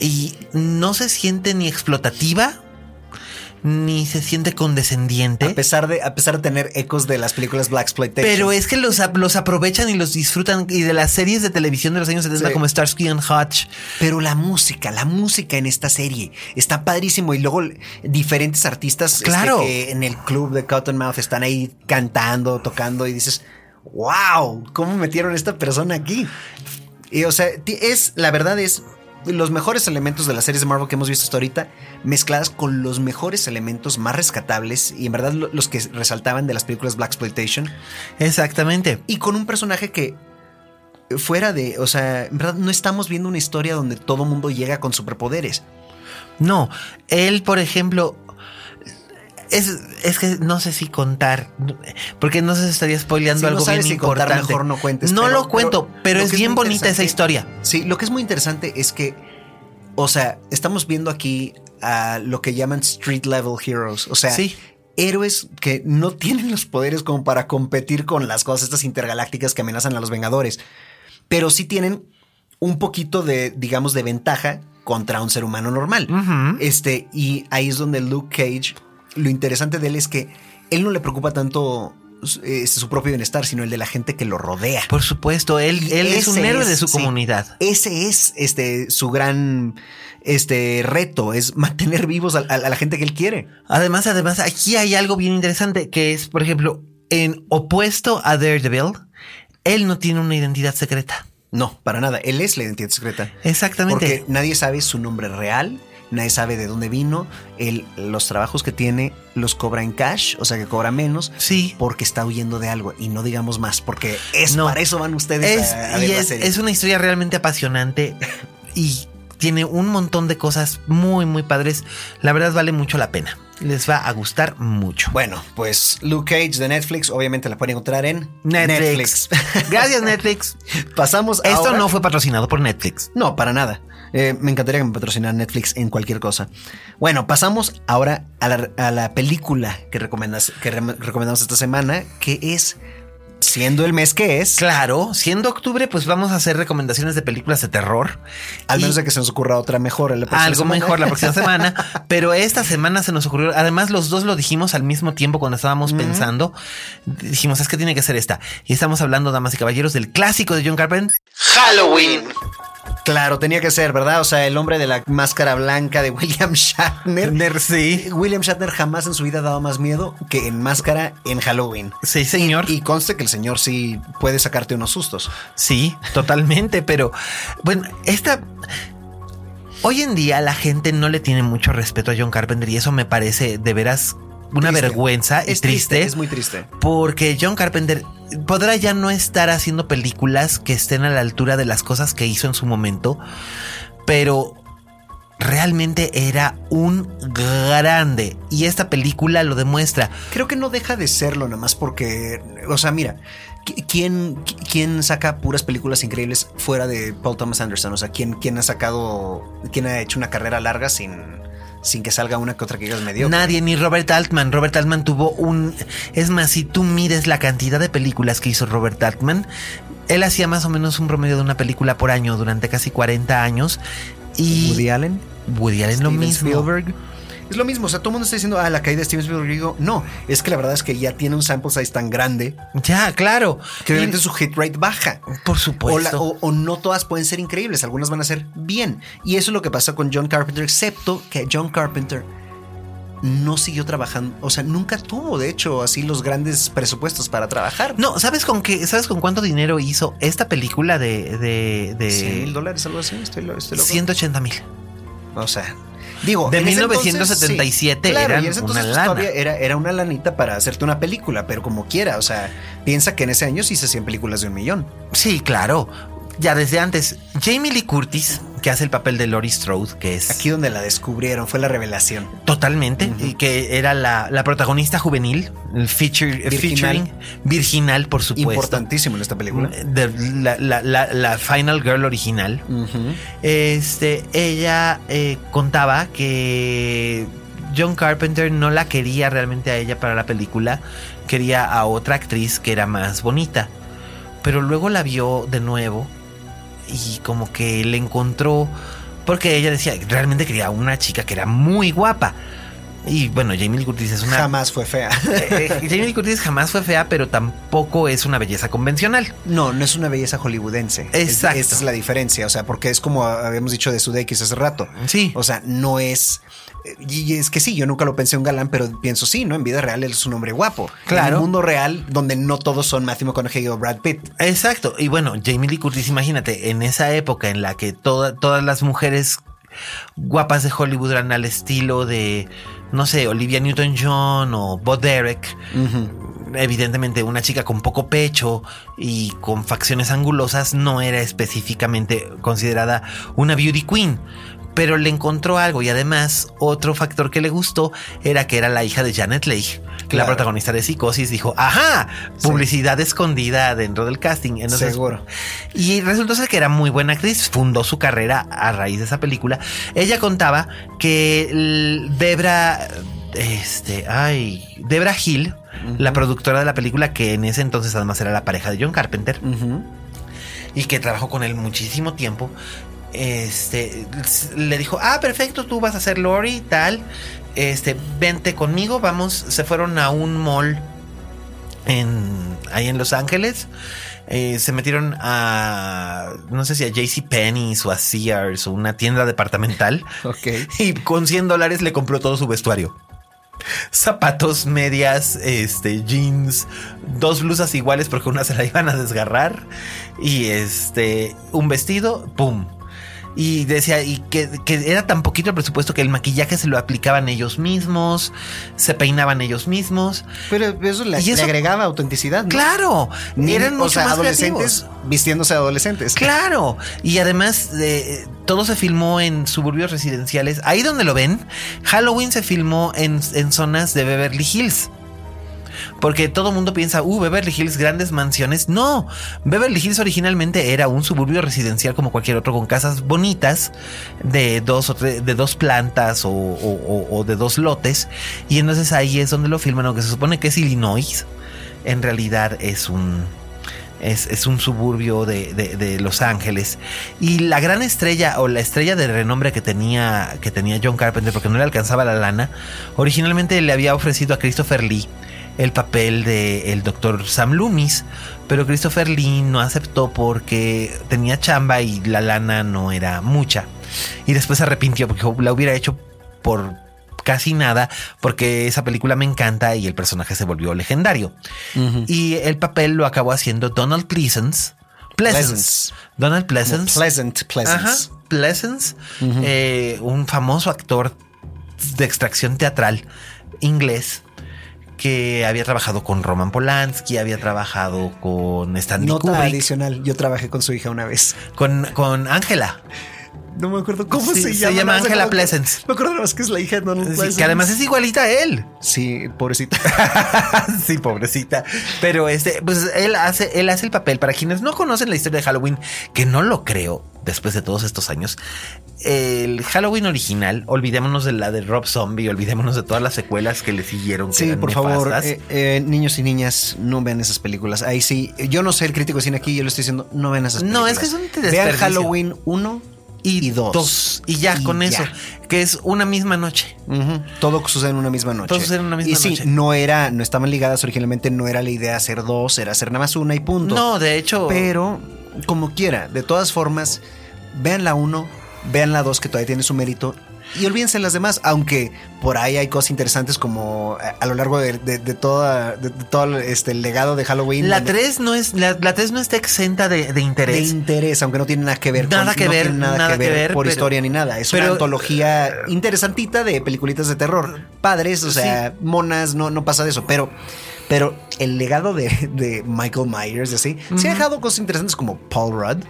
C: y no se siente ni explotativa, ni se siente
B: A
C: condescendiente.
B: pesar de, a pesar de tener ecos de las películas Black Exploitation.
C: ¿Eh? Pero es que los, ap- los aprovechan y los disfrutan y de las series de televisión de los años 70
B: Sí.
C: como Starsky and Hutch.
B: Pero la música, la música en esta serie está padrísimo. Y luego l- diferentes artistas este,
C: Claro.
B: que en el club de Cottonmouth están ahí cantando, tocando y dices, wow, ¿cómo metieron a esta persona aquí? Y o sea, ti- es, la verdad es, los mejores elementos de las series de Marvel que hemos visto hasta ahorita, mezcladas con los mejores elementos más rescatables y en verdad lo- los que resaltaban de las películas Black Exploitation.
C: Exactamente.
B: Y con un personaje que eh, fuera de, o sea, en verdad no estamos viendo una historia donde todo mundo llega con superpoderes.
C: No, él, por ejemplo, es, es que no sé si contar, porque no sé si estaría spoileando
B: Si no
C: algo
B: sabes
C: bien
B: si contar,
C: importante.
B: mejor no cuentes,
C: No
B: pero-
C: lo cuento,
B: pero
C: pero,
B: lo
C: es
B: que es
C: bien
B: muy
C: bonita esa
B: interesante-
C: historia.
B: Sí, lo que es muy interesante es que, o sea, estamos viendo aquí a lo que llaman street level heroes, o sea,
C: Sí.
B: héroes que no tienen los poderes como para competir con las cosas estas intergalácticas que amenazan a los Vengadores, pero sí tienen un poquito de, digamos, de ventaja contra un ser humano normal. Este, y ahí es donde Luke Cage, lo interesante de él es que él no le preocupa tanto eh, su propio bienestar, sino el de la gente que lo rodea.
C: Por supuesto, él,
B: Y
C: Pues, él es un
B: ese
C: héroe de
B: es,
C: su
B: sí,
C: comunidad.
B: Ese es este su gran este reto, es mantener vivos a, a- a la gente que él quiere.
C: Además, además, aquí hay algo bien interesante que es, por ejemplo, en opuesto a Daredevil, él no tiene una identidad secreta.
B: No, para nada. Él es la identidad secreta.
C: Exactamente.
B: Porque nadie sabe su nombre real, nadie sabe de dónde vino, él, los trabajos que tiene los cobra en cash, o sea que cobra menos.
C: sí.
B: Porque está huyendo de algo y no digamos más, porque es
C: No.
B: para eso van ustedes
C: Es,
B: a, a ver
C: y
B: la
C: es,
B: serie.
C: es una historia realmente apasionante y tiene un montón de cosas muy, muy padres. La verdad vale mucho la pena. Les va a gustar mucho.
B: Bueno, pues Luke Cage de Netflix, obviamente la pueden encontrar en
C: Netflix. Gracias, Netflix.
B: Pasamos a.
C: Esto no fue patrocinado por Netflix.
B: No, para nada. Eh, me encantaría que me patrocinara Netflix en cualquier cosa. Bueno, pasamos ahora a la, a la película que, recomendas, que re- recomendamos esta semana, que es, siendo el mes que es,
C: Claro, siendo octubre, pues vamos a hacer recomendaciones de películas de terror.
B: al
C: Y
B: menos de que se nos ocurra otra mejor. en La próxima
C: Algo
B: semana.
C: mejor la próxima semana, pero esta semana se nos ocurrió, además los dos lo dijimos al mismo tiempo cuando estábamos pensando, dijimos, es que tiene que ser esta. Y estamos hablando, damas y caballeros, del clásico de John Carpenter,
D: Halloween.
B: Claro, tenía que ser, ¿verdad? O sea, el hombre de la máscara blanca de William Shatner.
C: sí.
B: William Shatner jamás en su vida ha dado más miedo que en máscara en Halloween.
C: Sí, señor.
B: Y conste que el señor sí puede sacarte unos sustos.
C: Sí, totalmente, pero bueno, esta... Hoy en día la gente no le tiene mucho respeto a John Carpenter y eso me parece de veras una
B: Triste.
C: vergüenza y
B: Es triste, es muy triste.
C: Porque John Carpenter podrá ya no estar haciendo películas que estén a la altura de las cosas que hizo en su momento, pero realmente era un grande y esta película lo demuestra.
B: Creo que no deja de serlo, nada más porque, o sea, mira, qui- ¿quién, qui- quién saca puras películas increíbles fuera de Paul Thomas Anderson? O sea, ¿quién, quién ha sacado, quién ha hecho una carrera larga sin, sin que salga una que otra que digas medio?
C: Nadie, ni Robert Altman. Robert Altman tuvo un... Es más, si tú mides la cantidad de películas que hizo Robert Altman, él hacía más o menos un promedio de una película por año durante casi 40 años. Y
B: Woody Allen,
C: Woody Allen lo
B: Steven
C: mismo.
B: Spielberg. Es lo mismo, o sea, todo el mundo está diciendo, ah, la caída de Steven Spielberg. Y digo, no, es que la verdad es que ya tiene un sample size tan grande
C: Ya, claro.
B: que
C: Y-
B: obviamente su hit rate baja.
C: Por
B: O, la-
C: supuesto.
B: o- o no todas pueden ser increíbles, algunas van a ser bien. Y eso es lo que pasó con John Carpenter, excepto que John Carpenter no siguió trabajando, o sea, nunca tuvo, de hecho, así los grandes presupuestos para trabajar.
C: No, ¿sabes con qué? ¿Sabes con cuánto dinero hizo esta película de, de, de
B: 100 mil dólares, algo así, estoy, lo- estoy loco.
C: 180 mil?
B: O sea, digo,
C: De
B: en ese entonces,
C: 1977
B: sí, claro,
C: eran
B: y en ese entonces,
C: una
B: pues,
C: lana.
B: todavía era, era una lanita para hacerte una película, pero como quiera, o sea, piensa que en ese año sí se hacían películas de un millón.
C: Sí, claro. Ya desde antes, Jamie Lee Curtis, que hace el papel de Lori Strode, que es
B: Aquí donde la descubrieron fue la revelación.
C: totalmente, y que era la, la protagonista juvenil, el feature,
B: Virginal.
C: featuring virginal, por supuesto. Mm,
B: Importantísimo en esta película.
C: De la, la- la- la Final Girl original. Este, ella eh, contaba que John Carpenter no la quería realmente a ella para la película, quería a otra actriz que era más bonita. Pero luego la vio de nuevo y como que le encontró, porque ella decía, realmente quería una chica que era muy guapa. Y bueno, Jamie Lee Curtis es una...
B: Jamás fue fea.
C: Eh, eh, Jamie Lee Curtis jamás fue fea, pero tampoco es una belleza convencional.
B: No, no es una belleza hollywoodense. Es-
C: Exacto.
B: Esa es la diferencia, o sea, porque es como habíamos dicho de Sudeikis hace rato.
C: Sí.
B: O sea, no es... Y y es que sí, yo nunca lo pensé un galán, pero pienso sí, ¿no? En vida real él es un hombre guapo.
C: Claro.
B: En el mundo real, donde no todos son Matthew McConaughey o Brad Pitt.
C: Exacto. Y bueno, Jamie Lee Curtis, imagínate, en esa época en la que toda- todas las mujeres guapas de Hollywood eran al estilo de, no sé, Olivia Newton-John o Bo Derek. Evidentemente, una chica con poco pecho y con facciones angulosas no era específicamente considerada una beauty queen. Pero le encontró algo y además otro factor que le gustó era que era la hija de Janet Leigh, la
B: Claro.
C: protagonista de Psicosis. Dijo, ajá, publicidad escondida dentro del casting. Entonces,
B: Seguro.
C: y resultó ser que era muy buena actriz, fundó su carrera a raíz de esa película. Ella contaba que l- Debra, este, ay, Debra Hill, la productora de la película, que en ese entonces además era la pareja de John Carpenter, y que trabajó con él muchísimo tiempo, este, s- le dijo, ah, perfecto, tú vas a ser Lori, tal, este, vente conmigo, vamos, se fueron a un mall en, ahí en Los Ángeles. Eh, se metieron a, no sé si a JCPenney o a Sears o una tienda departamental.
B: Ok.
C: Y con 100 dólares le compró todo su vestuario. Zapatos, medias, este, jeans, dos blusas iguales porque una se la iban a desgarrar. Y este, un vestido, ¡pum! Y decía, y que, que era tan poquito el presupuesto que el maquillaje se lo aplicaban ellos mismos, se peinaban ellos mismos.
B: Pero eso le,
C: Y eso-
B: le agregaba autenticidad. ¿no?
C: Claro,
B: Ni-
C: eran mucho
B: o sea,
C: más
B: adolescentes
C: creativos.
B: vistiéndose de adolescentes.
C: Claro, y además eh, todo se filmó en suburbios residenciales. Ahí donde lo ven, Halloween se filmó en, en zonas de Beverly Hills. Porque todo el mundo piensa, uh, Beverly Hills, grandes mansiones. No, Beverly Hills originalmente era un suburbio residencial como cualquier otro, con casas bonitas de dos, o tre- de dos plantas o, o- o- o de dos lotes. Y entonces ahí es donde lo filman, aunque se supone que es Illinois. En realidad es un, es, es un suburbio de, de- de Los Ángeles. Y la gran estrella o la estrella de renombre que tenía, que tenía John Carpenter, porque no le alcanzaba la lana, originalmente le había ofrecido a Christopher Lee el papel del el doctor Sam Loomis, pero Christopher Lee no aceptó porque tenía chamba y la lana no era mucha. Y después se arrepintió porque la hubiera hecho por casi nada, porque esa película me encanta y el personaje se volvió legendario. Y el papel lo acabó haciendo Donald Pleasence. Pleasence.
B: Pleasance.
C: Donald
B: Como
C: Pleasence.
B: Pleasant, pleasant.
C: Ajá, Pleasence, eh, un famoso actor de extracción teatral inglés que había trabajado con Roman Polanski, había trabajado con Stanley
B: Nota
C: Kubrick,
B: adicional, yo trabajé con su hija una vez.
C: con, con Angela.
B: No me acuerdo cómo
C: Sí,
B: se
C: se
B: llama.
C: llama
B: nada más
C: Angela
B: me acuerdo-
C: Pleasant.
B: Me acuerdo nada más que es la hija de Donald
C: Sí,
B: Pleasant.
C: que además es igualita a él.
B: Sí, pobrecita.
C: sí, pobrecita. Pero este, pues él hace, él hace el papel. Para quienes no conocen la historia de Halloween, que no lo creo después de todos estos años, el Halloween original, olvidémonos de la de Rob Zombie, olvidémonos de todas las secuelas que le siguieron. que
B: Sí,
C: eran
B: por favor,
C: nefastas.
B: eh, eh, niños y niñas, no vean esas películas. Ahí sí, yo no sé el crítico de cine aquí, yo le estoy diciendo, no vean esas
C: No,
B: películas.
C: es que es un
B: Vean
C: desperdicio.
B: Halloween 1
C: y,
B: Y dos.
C: dos. Y ya
B: Y
C: con
B: ya.
C: eso, que es una misma noche.
B: Ujú. Todo sucede en una misma noche.
C: Todo sucede en una misma
B: y sí,
C: noche.
B: no era, no estaban ligadas originalmente, no era la idea hacer dos, era hacer nada más una y punto.
C: No, de hecho,
B: Pero, como quiera, de todas formas, vean la uno, vean la dos que todavía tiene su mérito. Y olvídense las demás, aunque por ahí hay cosas interesantes como eh, a, a lo largo de, de- de toda, de, de todo este, el legado de Halloween.
C: la
B: donde-
C: 3 no es la, la tres no está exenta de, de
B: de
C: interés.
B: interés, aunque no tiene nada que ver.
C: Nada que
B: no
C: ver,
B: tiene
C: nada que ver,
B: por
C: pero-
B: historia ni nada. Es una
C: pero- eh,
B: antología interesantita de peliculitas de terror. Padres, o sea, monas, no, no pasa de eso. Pero, pero el legado de, de Michael Myers y así, se ha dejado cosas interesantes como Paul Rudd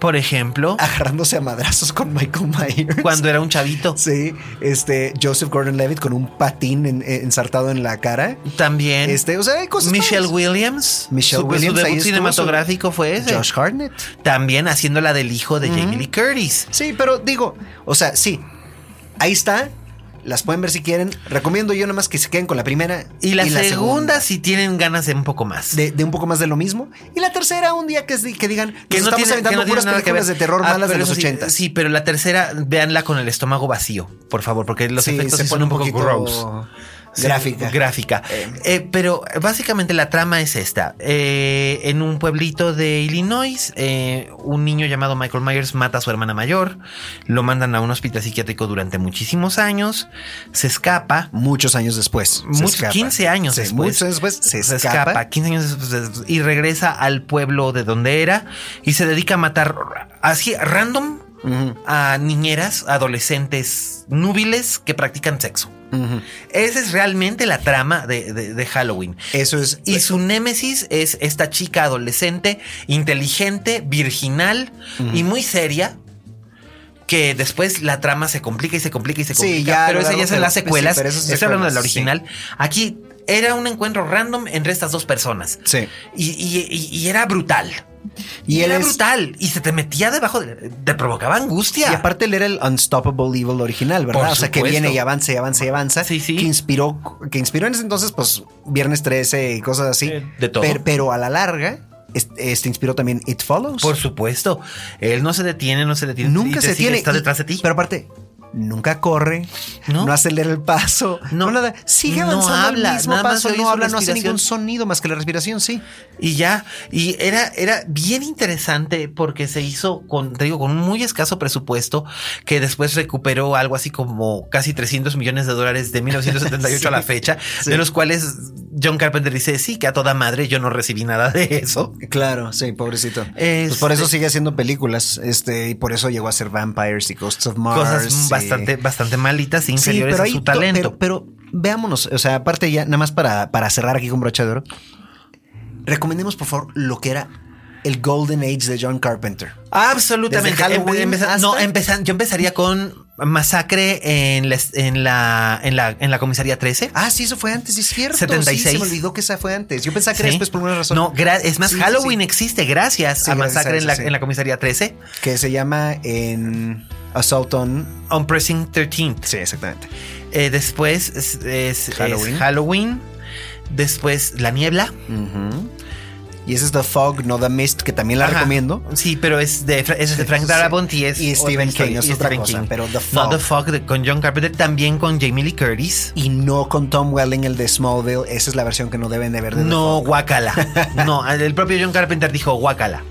C: Por ejemplo,
B: agarrándose a madrazos con Michael Myers.
C: cuando era un chavito.
B: Sí, este Joseph Gordon-Levitt con un patín en- eh, ensartado en la cara.
C: También
B: Este, o sea, hay cosas
C: Michelle
B: padres.
C: Williams.
B: Michelle
C: su, su
B: Williams, ahí
C: debut
B: estuvo,
C: cinematográfico fue ese.
B: Josh Hartnett.
C: También haciendo la del hijo de Jamie Lee Curtis.
B: Sí, pero digo, o sea, sí. Ahí está. Las pueden ver si quieren. Recomiendo yo nada más que se queden con la primera
C: Y la, segunda,
B: segunda,
C: si tienen ganas de un poco más.
B: De, de un poco más de lo mismo. Y la tercera, un día que, es- que digan que estamos aventando puras películas de terror
C: Ah,
B: malas de
C: pero
B: los
C: eso sí,
B: ochentas.
C: Sí, pero la tercera, véanla con el estómago vacío, por favor, porque los
B: Sí,
C: efectos
B: se
C: sí son
B: pone
C: un poco
B: poquito
C: gross. Sí,
B: Gráfica.
C: Gráfica. Eh, pero básicamente la trama es esta. Eh, en un pueblito de Illinois, eh, un niño llamado Michael Myers mata a su hermana mayor, lo mandan a un hospital psiquiátrico durante muchísimos años, se escapa.
B: Muchos años después. se
C: Muchos-
B: escapa.
C: 15 años
B: Sí,
C: después.
B: Muchos años después se,
C: se
B: escapa.
C: 15 años después, y regresa al pueblo de donde era y se dedica a matar así random
B: Ujú,
C: a niñeras, adolescentes núbiles que practican sexo.
B: ujú.
C: Esa es realmente la trama de, de- de Halloween.
B: Eso es.
C: Y su némesis es esta chica adolescente, inteligente, virginal y muy seria. Que después la trama se complica y se complica y se
B: Sí,
C: complica.
B: ya, a lo
C: pero esa ya
B: largo
C: es en
B: de-
C: las
B: sí,
C: secuelas.
B: pero eso es
C: Estoy hablando de la
B: secuelas, sí.
C: original. Aquí era un encuentro random entre estas dos personas.
B: Sí.
C: Y, y- y- y era brutal.
B: Y
C: Y,
B: él
C: era
B: es-
C: brutal. Y se te metía debajo. de- te provocaba angustia.
B: Y aparte él era el Unstoppable Evil original, ¿verdad?
C: Por
B: o sea, que
C: supuesto.
B: viene y avanza y avanza y avanza.
C: Sí, sí.
B: Que inspiró, que inspiró en ese entonces, pues, Viernes 13 y cosas así.
C: Eh, de todo.
B: Per- Pero, a la larga, es- este inspiró también It Follows.
C: Por supuesto. Él no se detiene, no se detiene.
B: nunca
C: y te
B: se
C: sigue,
B: tiene.
C: Está
B: y-
C: detrás de ti.
B: Pero aparte, nunca corre,
C: No.
B: no, acelera el paso, no,
C: No.
B: nada. Sigue
C: No
B: avanzando al
C: habla,
B: mismo
C: nada más
B: paso,
C: se oye
B: no
C: su
B: habla, no hace
C: respiración.
B: ningún sonido más que la respiración, sí.
C: Y ya, y era, era bien interesante porque se hizo con, te digo, con un muy escaso presupuesto que después recuperó algo así como casi 300 millones de dólares de 1978 a la fecha,
B: sí.
C: de los cuales John Carpenter dice, sí, que a toda madre yo no recibí nada de eso.
B: Claro, sí, pobrecito.
C: Este-
B: Pues por eso sigue haciendo películas, este, y por eso llegó a hacer Vampires y Ghosts of Mars.
C: Cosas
B: y-
C: bastante, bastante malitas, inferiores a
B: ahí
C: su
B: to-
C: talento.
B: Pero, pero veámonos, o sea, aparte ya, nada más para, para cerrar aquí con brocha de oro, recomendemos por favor lo que era el Golden Age de John Carpenter.
C: Absolutamente.
B: Desde
C: Empe-
B: Halloween
C: empeza-
B: hasta-
C: No, empeza- yo empezaría con Masacre en la, en la, en la, en la comisaría 13.
B: Ah, sí, eso fue antes, sí, es cierto.
C: 76.
B: Sí, se me olvidó que esa fue antes. Yo pensaba que era
C: Sí.
B: después por una razón.
C: No, gra- es más,
B: Sí, sí,
C: Halloween
B: sí.
C: existe gracias
B: Sí,
C: a
B: gracias a
C: Masacre en,
B: eso,
C: la,
B: sí.
C: en la comisaría 13,
B: Que se llama en Assault on.
C: On Pressing 13th.
B: Sí, exactamente.
C: Eh, después es, es- es
B: Halloween.
C: Halloween. Después La Niebla.
B: Ujú. Y ese es The Fog, no The Mist, que también la
C: Ajá.
B: recomiendo.
C: Sí, pero es de, Fra- es de Frank
B: sí.
C: Darabont y es.
B: Y Stephen
C: otra
B: King,
C: historia,
B: es
C: y
B: otra
C: Stephen
B: cosa, pero The Fog.
C: No, The Fog de- con John Carpenter, también con Jamie Lee Curtis.
B: Y no con Tom Welling, el de Smallville. Esa es la versión que no deben de ver de The
C: No, guácala. No, el propio John Carpenter dijo guácala.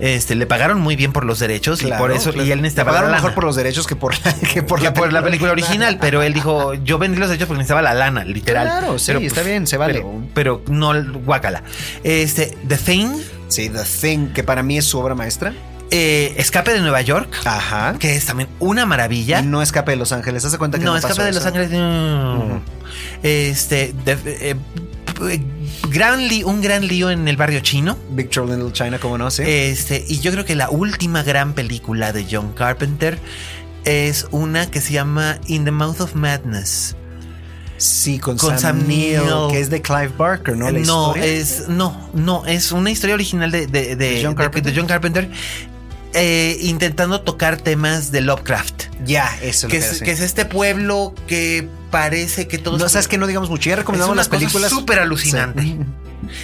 C: Este, le pagaron muy bien por los derechos y
B: Claro,
C: por eso,
B: claro.
C: y él necesitaba
B: Le pagaron
C: la
B: mejor
C: lana.
B: por los derechos que por la, que por
C: Que
B: la,
C: por la película original, pero él dijo, yo vendí los hechos porque necesitaba la lana, literal.
B: Claro, sí,
C: Pero, pues,
B: está bien, se vale.
C: Pero, pero no, guácala. Este, The Thing,
B: Sí, The Thing, que para mí es su obra maestra.
C: eh, Escape de Nueva York,
B: Ajá.
C: que es también una maravilla.
B: No escape de Los Ángeles. ¿Hace cuenta que no,
C: No, Escape
B: pasó
C: de Los
B: eso?
C: Ángeles. mm. Este, de- eh, eh, gran lío- un gran lío en el barrio chino.
B: Big Trouble in Little China, como no, sí.
C: Este, y yo creo que la última gran película de John Carpenter es una que se llama In the Mouth of Madness.
B: sí, con,
C: con
B: Sam,
C: Sam
B: Neill,
C: Neill.
B: que es de Clive Barker, ¿no? La
C: no,
B: historia.
C: es, no, no, es una historia original de, de- de-
B: ¿De John
C: de-
B: Carpenter?
C: de John Carpenter, eh, intentando tocar temas de Lovecraft.
B: Ya, eso es
C: Que
B: lo que,
C: es,
B: era,
C: que es
B: sí.
C: este pueblo que parece que todo
B: No,
C: es-
B: sabes que no digamos mucho. Ya recomendamos
C: es una
B: las películas.
C: cosa súper alucinante.
B: Sí.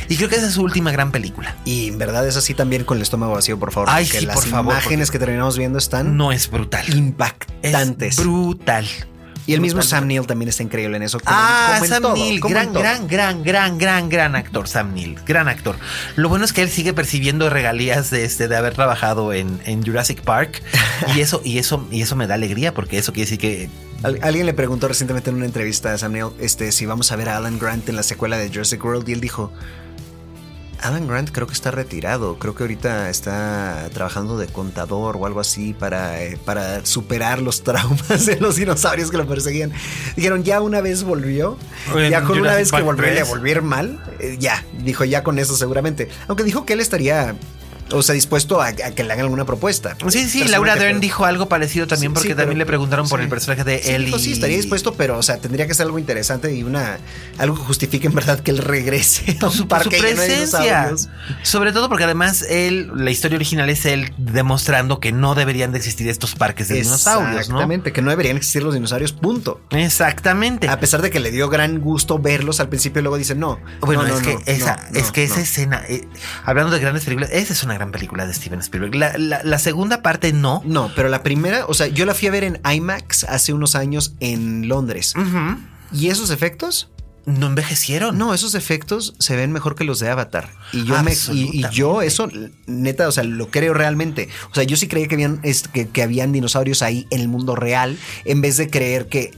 C: Y creo que esa es su última gran película.
B: Y en verdad es así también con el estómago vacío, por favor.
C: Ay,
B: porque
C: sí,
B: las
C: por favor,
B: imágenes que terminamos viendo están
C: No es brutal.
B: Mm. impactantes.
C: Es brutal.
B: y el mismo
C: brutal.
B: Sam Neill también está increíble en eso. como-
C: Ah,
B: como en
C: Sam
B: todo,
C: Neill,
B: como en
C: gran,
B: todo.
C: gran, gran, gran, gran, gran actor, Sam Neill, gran actor. Lo bueno es que él sigue percibiendo regalías de este, de haber trabajado en, en Jurassic Park. y eso, y eso, y eso me da alegría, porque eso quiere decir que
B: Al- alguien le preguntó recientemente en una entrevista a Sam Neill este, si vamos a ver a Alan Grant en la secuela de Jurassic World y él dijo, Alan Grant creo que está retirado, creo que ahorita está trabajando de contador o algo así para, eh, para superar los traumas de los dinosaurios que lo perseguían. Dijeron, ya una vez volvió,
C: En
B: ya con una
C: Jurassic
B: vez que
C: Park
B: volvió a
C: 3.
B: volver mal, eh, ya, dijo ya con eso seguramente. Aunque dijo que él estaría... O sea, dispuesto a, a que le hagan alguna propuesta.
C: Sí, sí,
B: Persona
C: Laura
B: que-
C: Dern dijo algo parecido también
B: Sí,
C: porque
B: sí,
C: también
B: pero-
C: le preguntaron por
B: sí.
C: el personaje de
B: Sí,
C: Eh, él.
B: dijo,
C: y-
B: sí, estaría dispuesto, pero, o sea, tendría que ser algo interesante y una algo que justifique en verdad que él regrese a
C: por su,
B: un
C: por su
B: parque lleno de
C: presencia.
B: dinosaurios.
C: Sobre todo porque además él, la historia original es él demostrando que no deberían de existir estos parques de dinosaurios, ¿no?
B: Exactamente, que no deberían existir los dinosaurios, punto.
C: Exactamente.
B: A pesar de que le dio gran gusto verlos al principio, luego dicen no.
C: Bueno,
B: no, no,
C: es, que
B: no,
C: esa,
B: no,
C: es que
B: no,
C: esa escena, eh, hablando de grandes películas, esa es una gran película de Steven Spielberg. La, la- la segunda parte no.
B: no. No, pero la primera, o sea, yo la fui a ver en IMAX hace unos años en Londres.
C: Mm.
B: ¿Y esos efectos?
C: No envejecieron.
B: No, esos efectos se ven mejor que los de Avatar. Y yo, me, y- y,
C: Absolutamente.
B: yo eso, neta, o sea, lo creo realmente. O sea, yo sí creía que habían, es- que, que habían dinosaurios ahí en el mundo real, en vez de creer que,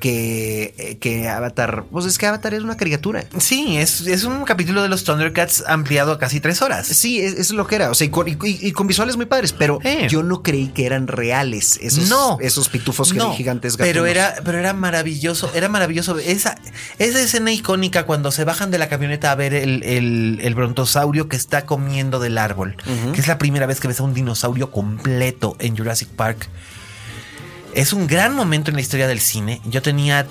B: que, eh, que Avatar. Pues es que Avatar es una caricatura.
C: Sí, es, es un capítulo de los Thundercats ampliado a casi tres horas.
B: Sí, es, es lo que era. O sea, y con, y- y- y con visuales muy padres, pero
C: Eh.
B: yo no creí que eran reales esos,
C: no.
B: esos pitufos que
C: No,
B: gigantes
C: Pero
B: gatunos.
C: era, pero era maravilloso, era maravilloso. Esa, esa escena icónica cuando se bajan de la camioneta a ver el, el- el brontosaurio que está comiendo del árbol, que es la primera vez que ves a un dinosaurio completo en Jurassic Park. Es un gran momento en la historia del cine. Yo tenía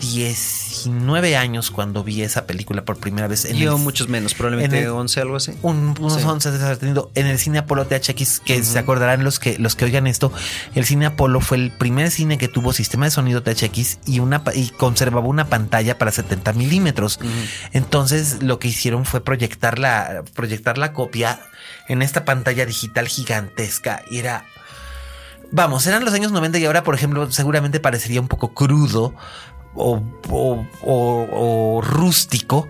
C: 19 años cuando vi esa película por primera vez en
B: Yo
C: el-
B: muchos menos, probablemente
C: en el-
B: 11, algo así.
C: un- unos
B: Sí.
C: 11 de haber tenido en el cine Apolo THX, que se acordarán los que, los que oigan esto, el cine Apolo fue el primer cine que tuvo sistema de sonido THX y, una, pa- y conservaba una pantalla para 70 milímetros. Entonces lo que hicieron fue proyectar la, proyectar la copia en esta pantalla digital gigantesca y era... Vamos, eran los años 90 y ahora, por ejemplo, seguramente parecería un poco crudo o, o- o- o rústico,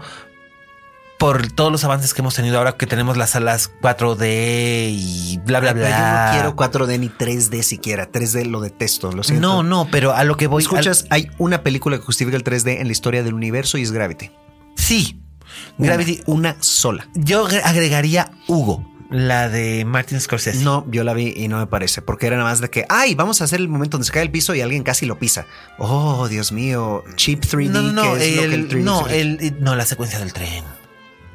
C: por todos los avances que hemos tenido ahora que tenemos las salas 4D y bla bla
B: Pero
C: bla.
B: yo no quiero 4D ni 3D siquiera. 3D lo detesto, lo siento.
C: No, no, pero a lo que voy. al-
B: Escuchas, hay una película que justifica el 3D en la historia del universo y es Gravity.
C: sí.
B: Una,
C: Gravity.
B: una sola.
C: Yo agre- agregaría Hugo, la de Martin Scorsese.
B: No, yo la vi y no me parece, porque era nada más de que, ay, vamos a hacer el momento donde se cae el piso y alguien casi lo pisa. Oh, Dios mío, cheap 3D.
C: no, no, no,
B: que es lo que el
C: el-
B: 3D
C: no,
B: se-
C: el- no, la secuencia del tren.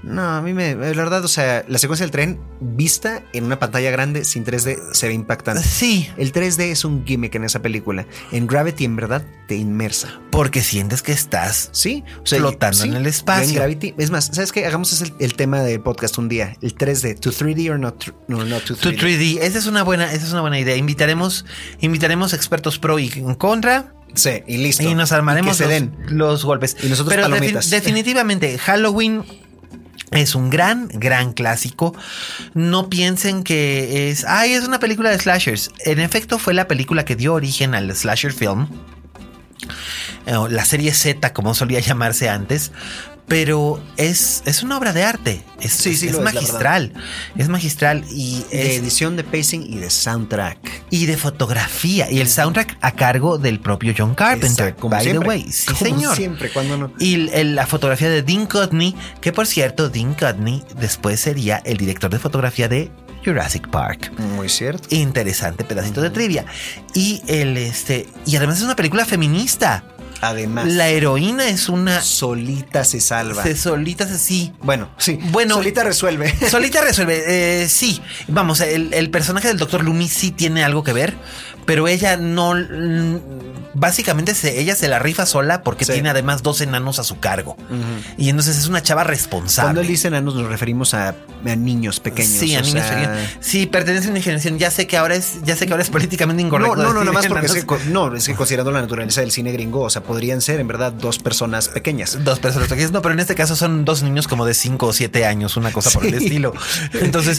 B: No, a mí me, la verdad, o sea, la secuencia del tren vista en una pantalla grande sin 3D se ve impactante.
C: Sí,
B: El 3D es un gimmick en esa película. En Gravity, en verdad, te inmersa.
C: porque sientes que estás.
B: Sí, o
C: Flotando en el espacio.
B: En Gravity. Es más, ¿sabes qué? Hagamos ese el, el tema del podcast un día. El 3D. ¿To 3D or not, tr- or not to 3D?
C: Tu 3D, esa es una buena, esa es una buena idea. Invitaremos, invitaremos expertos pro y en contra.
B: Sí, y listo.
C: Y nos armaremos
B: Y que se
C: los-
B: den.
C: los, golpes.
B: Y nosotros
C: Pero defi-
B: palomitas.
C: definitivamente, Halloween es un gran, gran clásico. No piensen que es. Ay, es una película de slashers. En efecto, fue la película que dio origen al slasher film. eh, o La serie Z, como solía llamarse antes. Pero es, es una obra de arte. Es,
B: Sí, sí,
C: es
B: lo es, la verdad.
C: magistral. Es magistral y
B: De
C: es
B: edición, de pacing y de soundtrack.
C: y de fotografía y el soundtrack a cargo del propio John Carpenter.
B: Exacto, como
C: by
B: siempre.
C: the way, sí,
B: Como
C: señor.
B: siempre, ¿cuándo no?
C: Y el- el- la fotografía de Dean Cudney, que por cierto, Dean Cudney después sería el director de fotografía de Jurassic Park.
B: Muy cierto.
C: Interesante pedacito de trivia. Y el este y además es una película feminista.
B: Además,
C: La heroína es una
B: solita se salva.
C: se solita se sí.
B: Bueno, sí.
C: Bueno.
B: solita resuelve.
C: Solita resuelve, eh, sí. Vamos, el, el personaje del Dr. Loomis sí tiene algo que ver, pero ella no. mm, Básicamente se- ella se la rifa sola porque
B: Sí.
C: tiene además dos enanos a su cargo. Y entonces es una chava responsable.
B: Cuando él dice enanos nos referimos a, a niños pequeños.
C: Sí,
B: o
C: a niños
B: sea,
C: pequeños. Sí, pertenece a una generación. Ya sé que ahora es, ya sé que ahora es políticamente
B: No,
C: incorrecto.
B: no, no,
C: decir
B: nada más porque es que,
C: enanos.
B: co- no, es que considerando la naturaleza del cine gringo, o sea, podrían ser en verdad dos personas pequeñas.
C: Dos personas pequeñas. No, pero en este caso son dos niños como de 5 o 7 años, una cosa por el
B: Sí.
C: estilo. Entonces,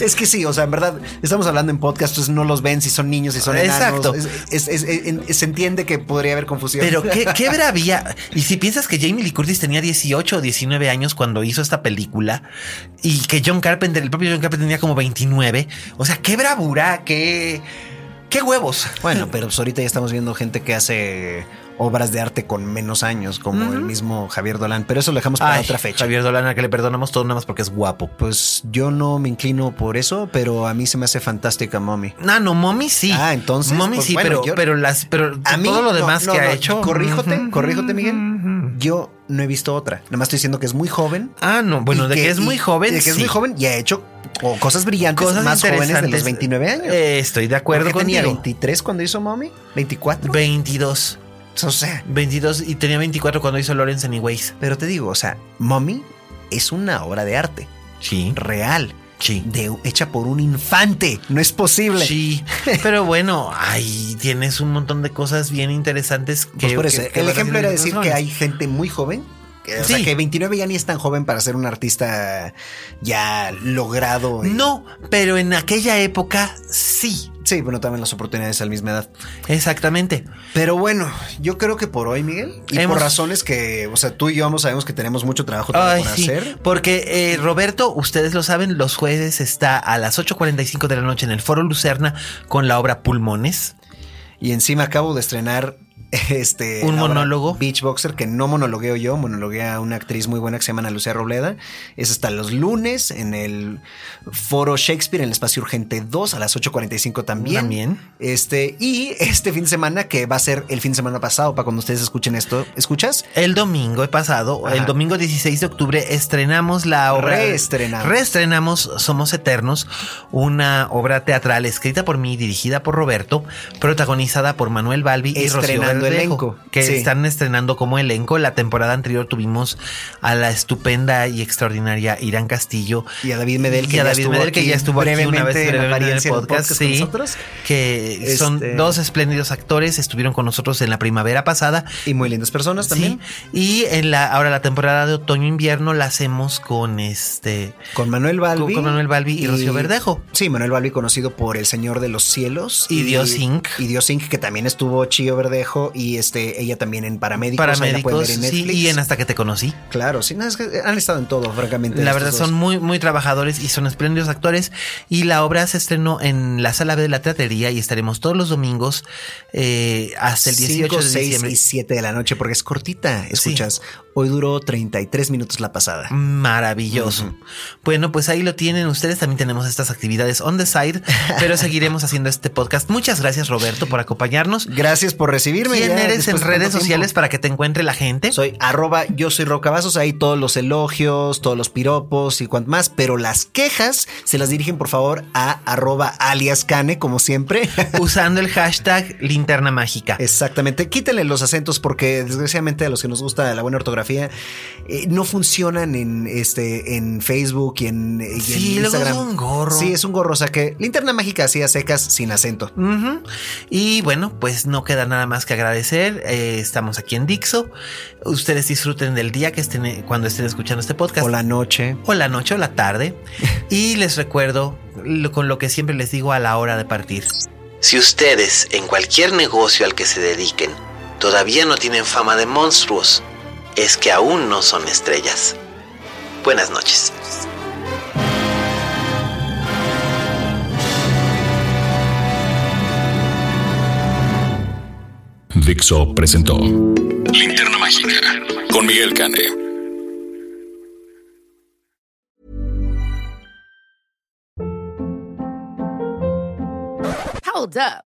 B: es que sí, o sea, en verdad, estamos hablando en podcast, entonces no los ven si son niños, si son enanos.
C: Exacto.
B: Es- es- es- en- se entiende que podría haber confusión.
C: pero ¿qué, qué ver había? Y si piensas que Jamie Lee Curtis tenía 18 o 19 años cuando hizo esta película y que John Carpenter, el propio John Carpenter tenía como 29. O sea, qué bravura, qué, qué huevos.
B: Bueno, pero pues ahorita ya estamos viendo gente que hace obras de arte con menos años, como el mismo Javier Dolan, pero eso lo dejamos para
C: Ay,
B: otra fecha.
C: Javier Dolana, que le perdonamos todo nada más porque es guapo.
B: Pues yo no me inclino por eso, pero a mí se me hace fantástica, mommy.
C: No, no, Mommy sí.
B: Ah, entonces,
C: Mommy
B: pues,
C: sí,
B: bueno,
C: pero,
B: yo-
C: pero las, pero
B: A mí
C: todo lo demás
B: no, no,
C: que
B: no,
C: ha hecho.
B: Corríjote,
C: Ujú.
B: corríjote, Miguel. Yo no he visto otra. Nada más estoy diciendo que es muy joven.
C: Ah, no, bueno,
B: y
C: de que, es
B: y-
C: muy joven.
B: De que es
C: sí.
B: muy joven y ha hecho co- cosas brillantes
C: Cosas
B: más jóvenes de los
C: interesantes.
B: 29 años.
C: Eh, estoy de acuerdo
B: Porque tenía
C: contigo.
B: 23 cuando hizo Mommy, 24.
C: 22.
B: o sea,
C: 22 y tenía 24 cuando hizo Lawrence Anyways.
B: pero te digo, o sea, Mommy es una obra de arte
C: Sí.
B: real,
C: Sí.
B: de- hecha por un infante. No es posible.
C: Sí, pero bueno, ay, tienes un montón de cosas bien interesantes que.
B: Pues por eso,
C: que- que
B: el
C: van
B: ejemplo
C: haciendo
B: era decir que
C: personas.
B: hay gente muy joven. que- O sea,
C: Sí.
B: que 29 ya ni es tan joven para ser un artista ya logrado. y-
C: No, pero en aquella época sí.
B: Sí, bueno, también las oportunidades a la misma edad.
C: Exactamente.
B: Pero bueno, yo creo que por hoy, Miguel, y
C: Hemos-
B: por razones que, o sea, tú y yo ambos sabemos que tenemos mucho trabajo todavía
C: Ay,
B: por
C: sí,
B: hacer.
C: porque eh, Roberto, ustedes lo saben, los jueves está a las 8.45 de la noche en el Foro Lucerna con la obra Pulmones.
B: Y encima acabo de estrenar este
C: Un
B: la obra
C: monólogo.
B: Beach Boxer, que no monologueo yo, monologuea una actriz muy buena que se llama Ana Lucía Robleda. Es hasta los lunes en el Foro Shakespeare en el Espacio Urgente 2 a las 8.45 también.
C: También.
B: Este, y este fin de semana, que va a ser el fin de semana pasado, para cuando ustedes escuchen esto, ¿escuchas?
C: El domingo pasado,
B: Ajá.
C: el domingo 16 de octubre, estrenamos la obra.
B: Reestrenamos.
C: Reestrenamos Somos Eternos, una obra teatral escrita por mí, dirigida por Roberto, protagonizada por Manuel Balbi y Rocío
B: Estrenando
C: Verdejo,
B: elenco.
C: que
B: Sí.
C: están estrenando como elenco. La temporada anterior tuvimos a la estupenda y extraordinaria Irán Castillo.
B: Y a David Medel, que,
C: y
B: ya,
C: a David
B: estuvo
C: Medel, que
B: aquí
C: ya estuvo aquí
B: brevemente
C: una vez
B: en
C: brevemente en el
B: apariencia en el
C: podcast,
B: con
C: sí.
B: nosotros.
C: que son
B: Este-
C: dos espléndidos actores, estuvieron con nosotros en la primavera pasada
B: Y muy lindas personas también.
C: Sí, Y en la ahora la temporada de otoño invierno la hacemos con este
B: Con Manuel Balbi.
C: Con Manuel Balbi y Rocío Verdejo.
B: Sí, Manuel Balbi conocido por El Señor de los Cielos.
C: Y Dios Inc.
B: Y Dios Inc. que también estuvo Chío Verdejo y este, ella también en Paramédicos. ahí la pueden
C: paramédicos
B: ver en
C: sí,
B: Netflix.
C: y en hasta que te conocí.
B: Claro, sí, no, es que han estado en todo, francamente.
C: La
B: estos dos.
C: verdad son muy muy trabajadores y son espléndidos actores y la obra se estrenó en la sala B de la teatería y estaremos todos los domingos eh, hasta el 18
B: Cinco,
C: de
B: seis
C: diciembre.
B: y 7 de la noche, porque es cortita.
C: Sí. Mm.
B: Escuchas, hoy duró 33 minutos la pasada.
C: Maravilloso. Bueno, pues ahí lo tienen. Ustedes también tenemos estas actividades on the side, pero seguiremos haciendo este podcast. Muchas gracias, Roberto, por acompañarnos.
B: Gracias por recibirme.
C: ¿Quién
B: ya después
C: eres
B: de
C: en
B: tanto
C: redes
B: tiempo.
C: sociales para que te encuentre la gente?
B: Soy arroba yo soy Rocabazos, ahí todos los elogios, todos los piropos y cuanto más, pero las quejas se las dirigen por favor a arroba alias Cane, como siempre.
C: usando el hashtag linterna mágica.
B: Exactamente, quítenle los acentos porque desgraciadamente a los que nos gusta la buena ortografía eh, no funcionan en este en Facebook y en, y en
C: Sí, luego es
B: Instagram.
C: un gorro.
B: Sí, es un gorro, o sea que linterna mágica así a secas sin acento.
C: Ujú. Y bueno, pues no queda nada más que agradecer. Eh, estamos aquí en Dixo. Ustedes disfruten del día que estén cuando estén escuchando este podcast.
B: O la noche.
C: o la noche o la tarde. Y les recuerdo lo- con lo que siempre les digo a la hora de partir.
E: Si ustedes, en cualquier negocio al que se dediquen, todavía no tienen fama de monstruos, es que aún no son estrellas. Buenas noches.
F: Dixo presentó Linterna Mágica con Miguel Cane.
G: Hold up.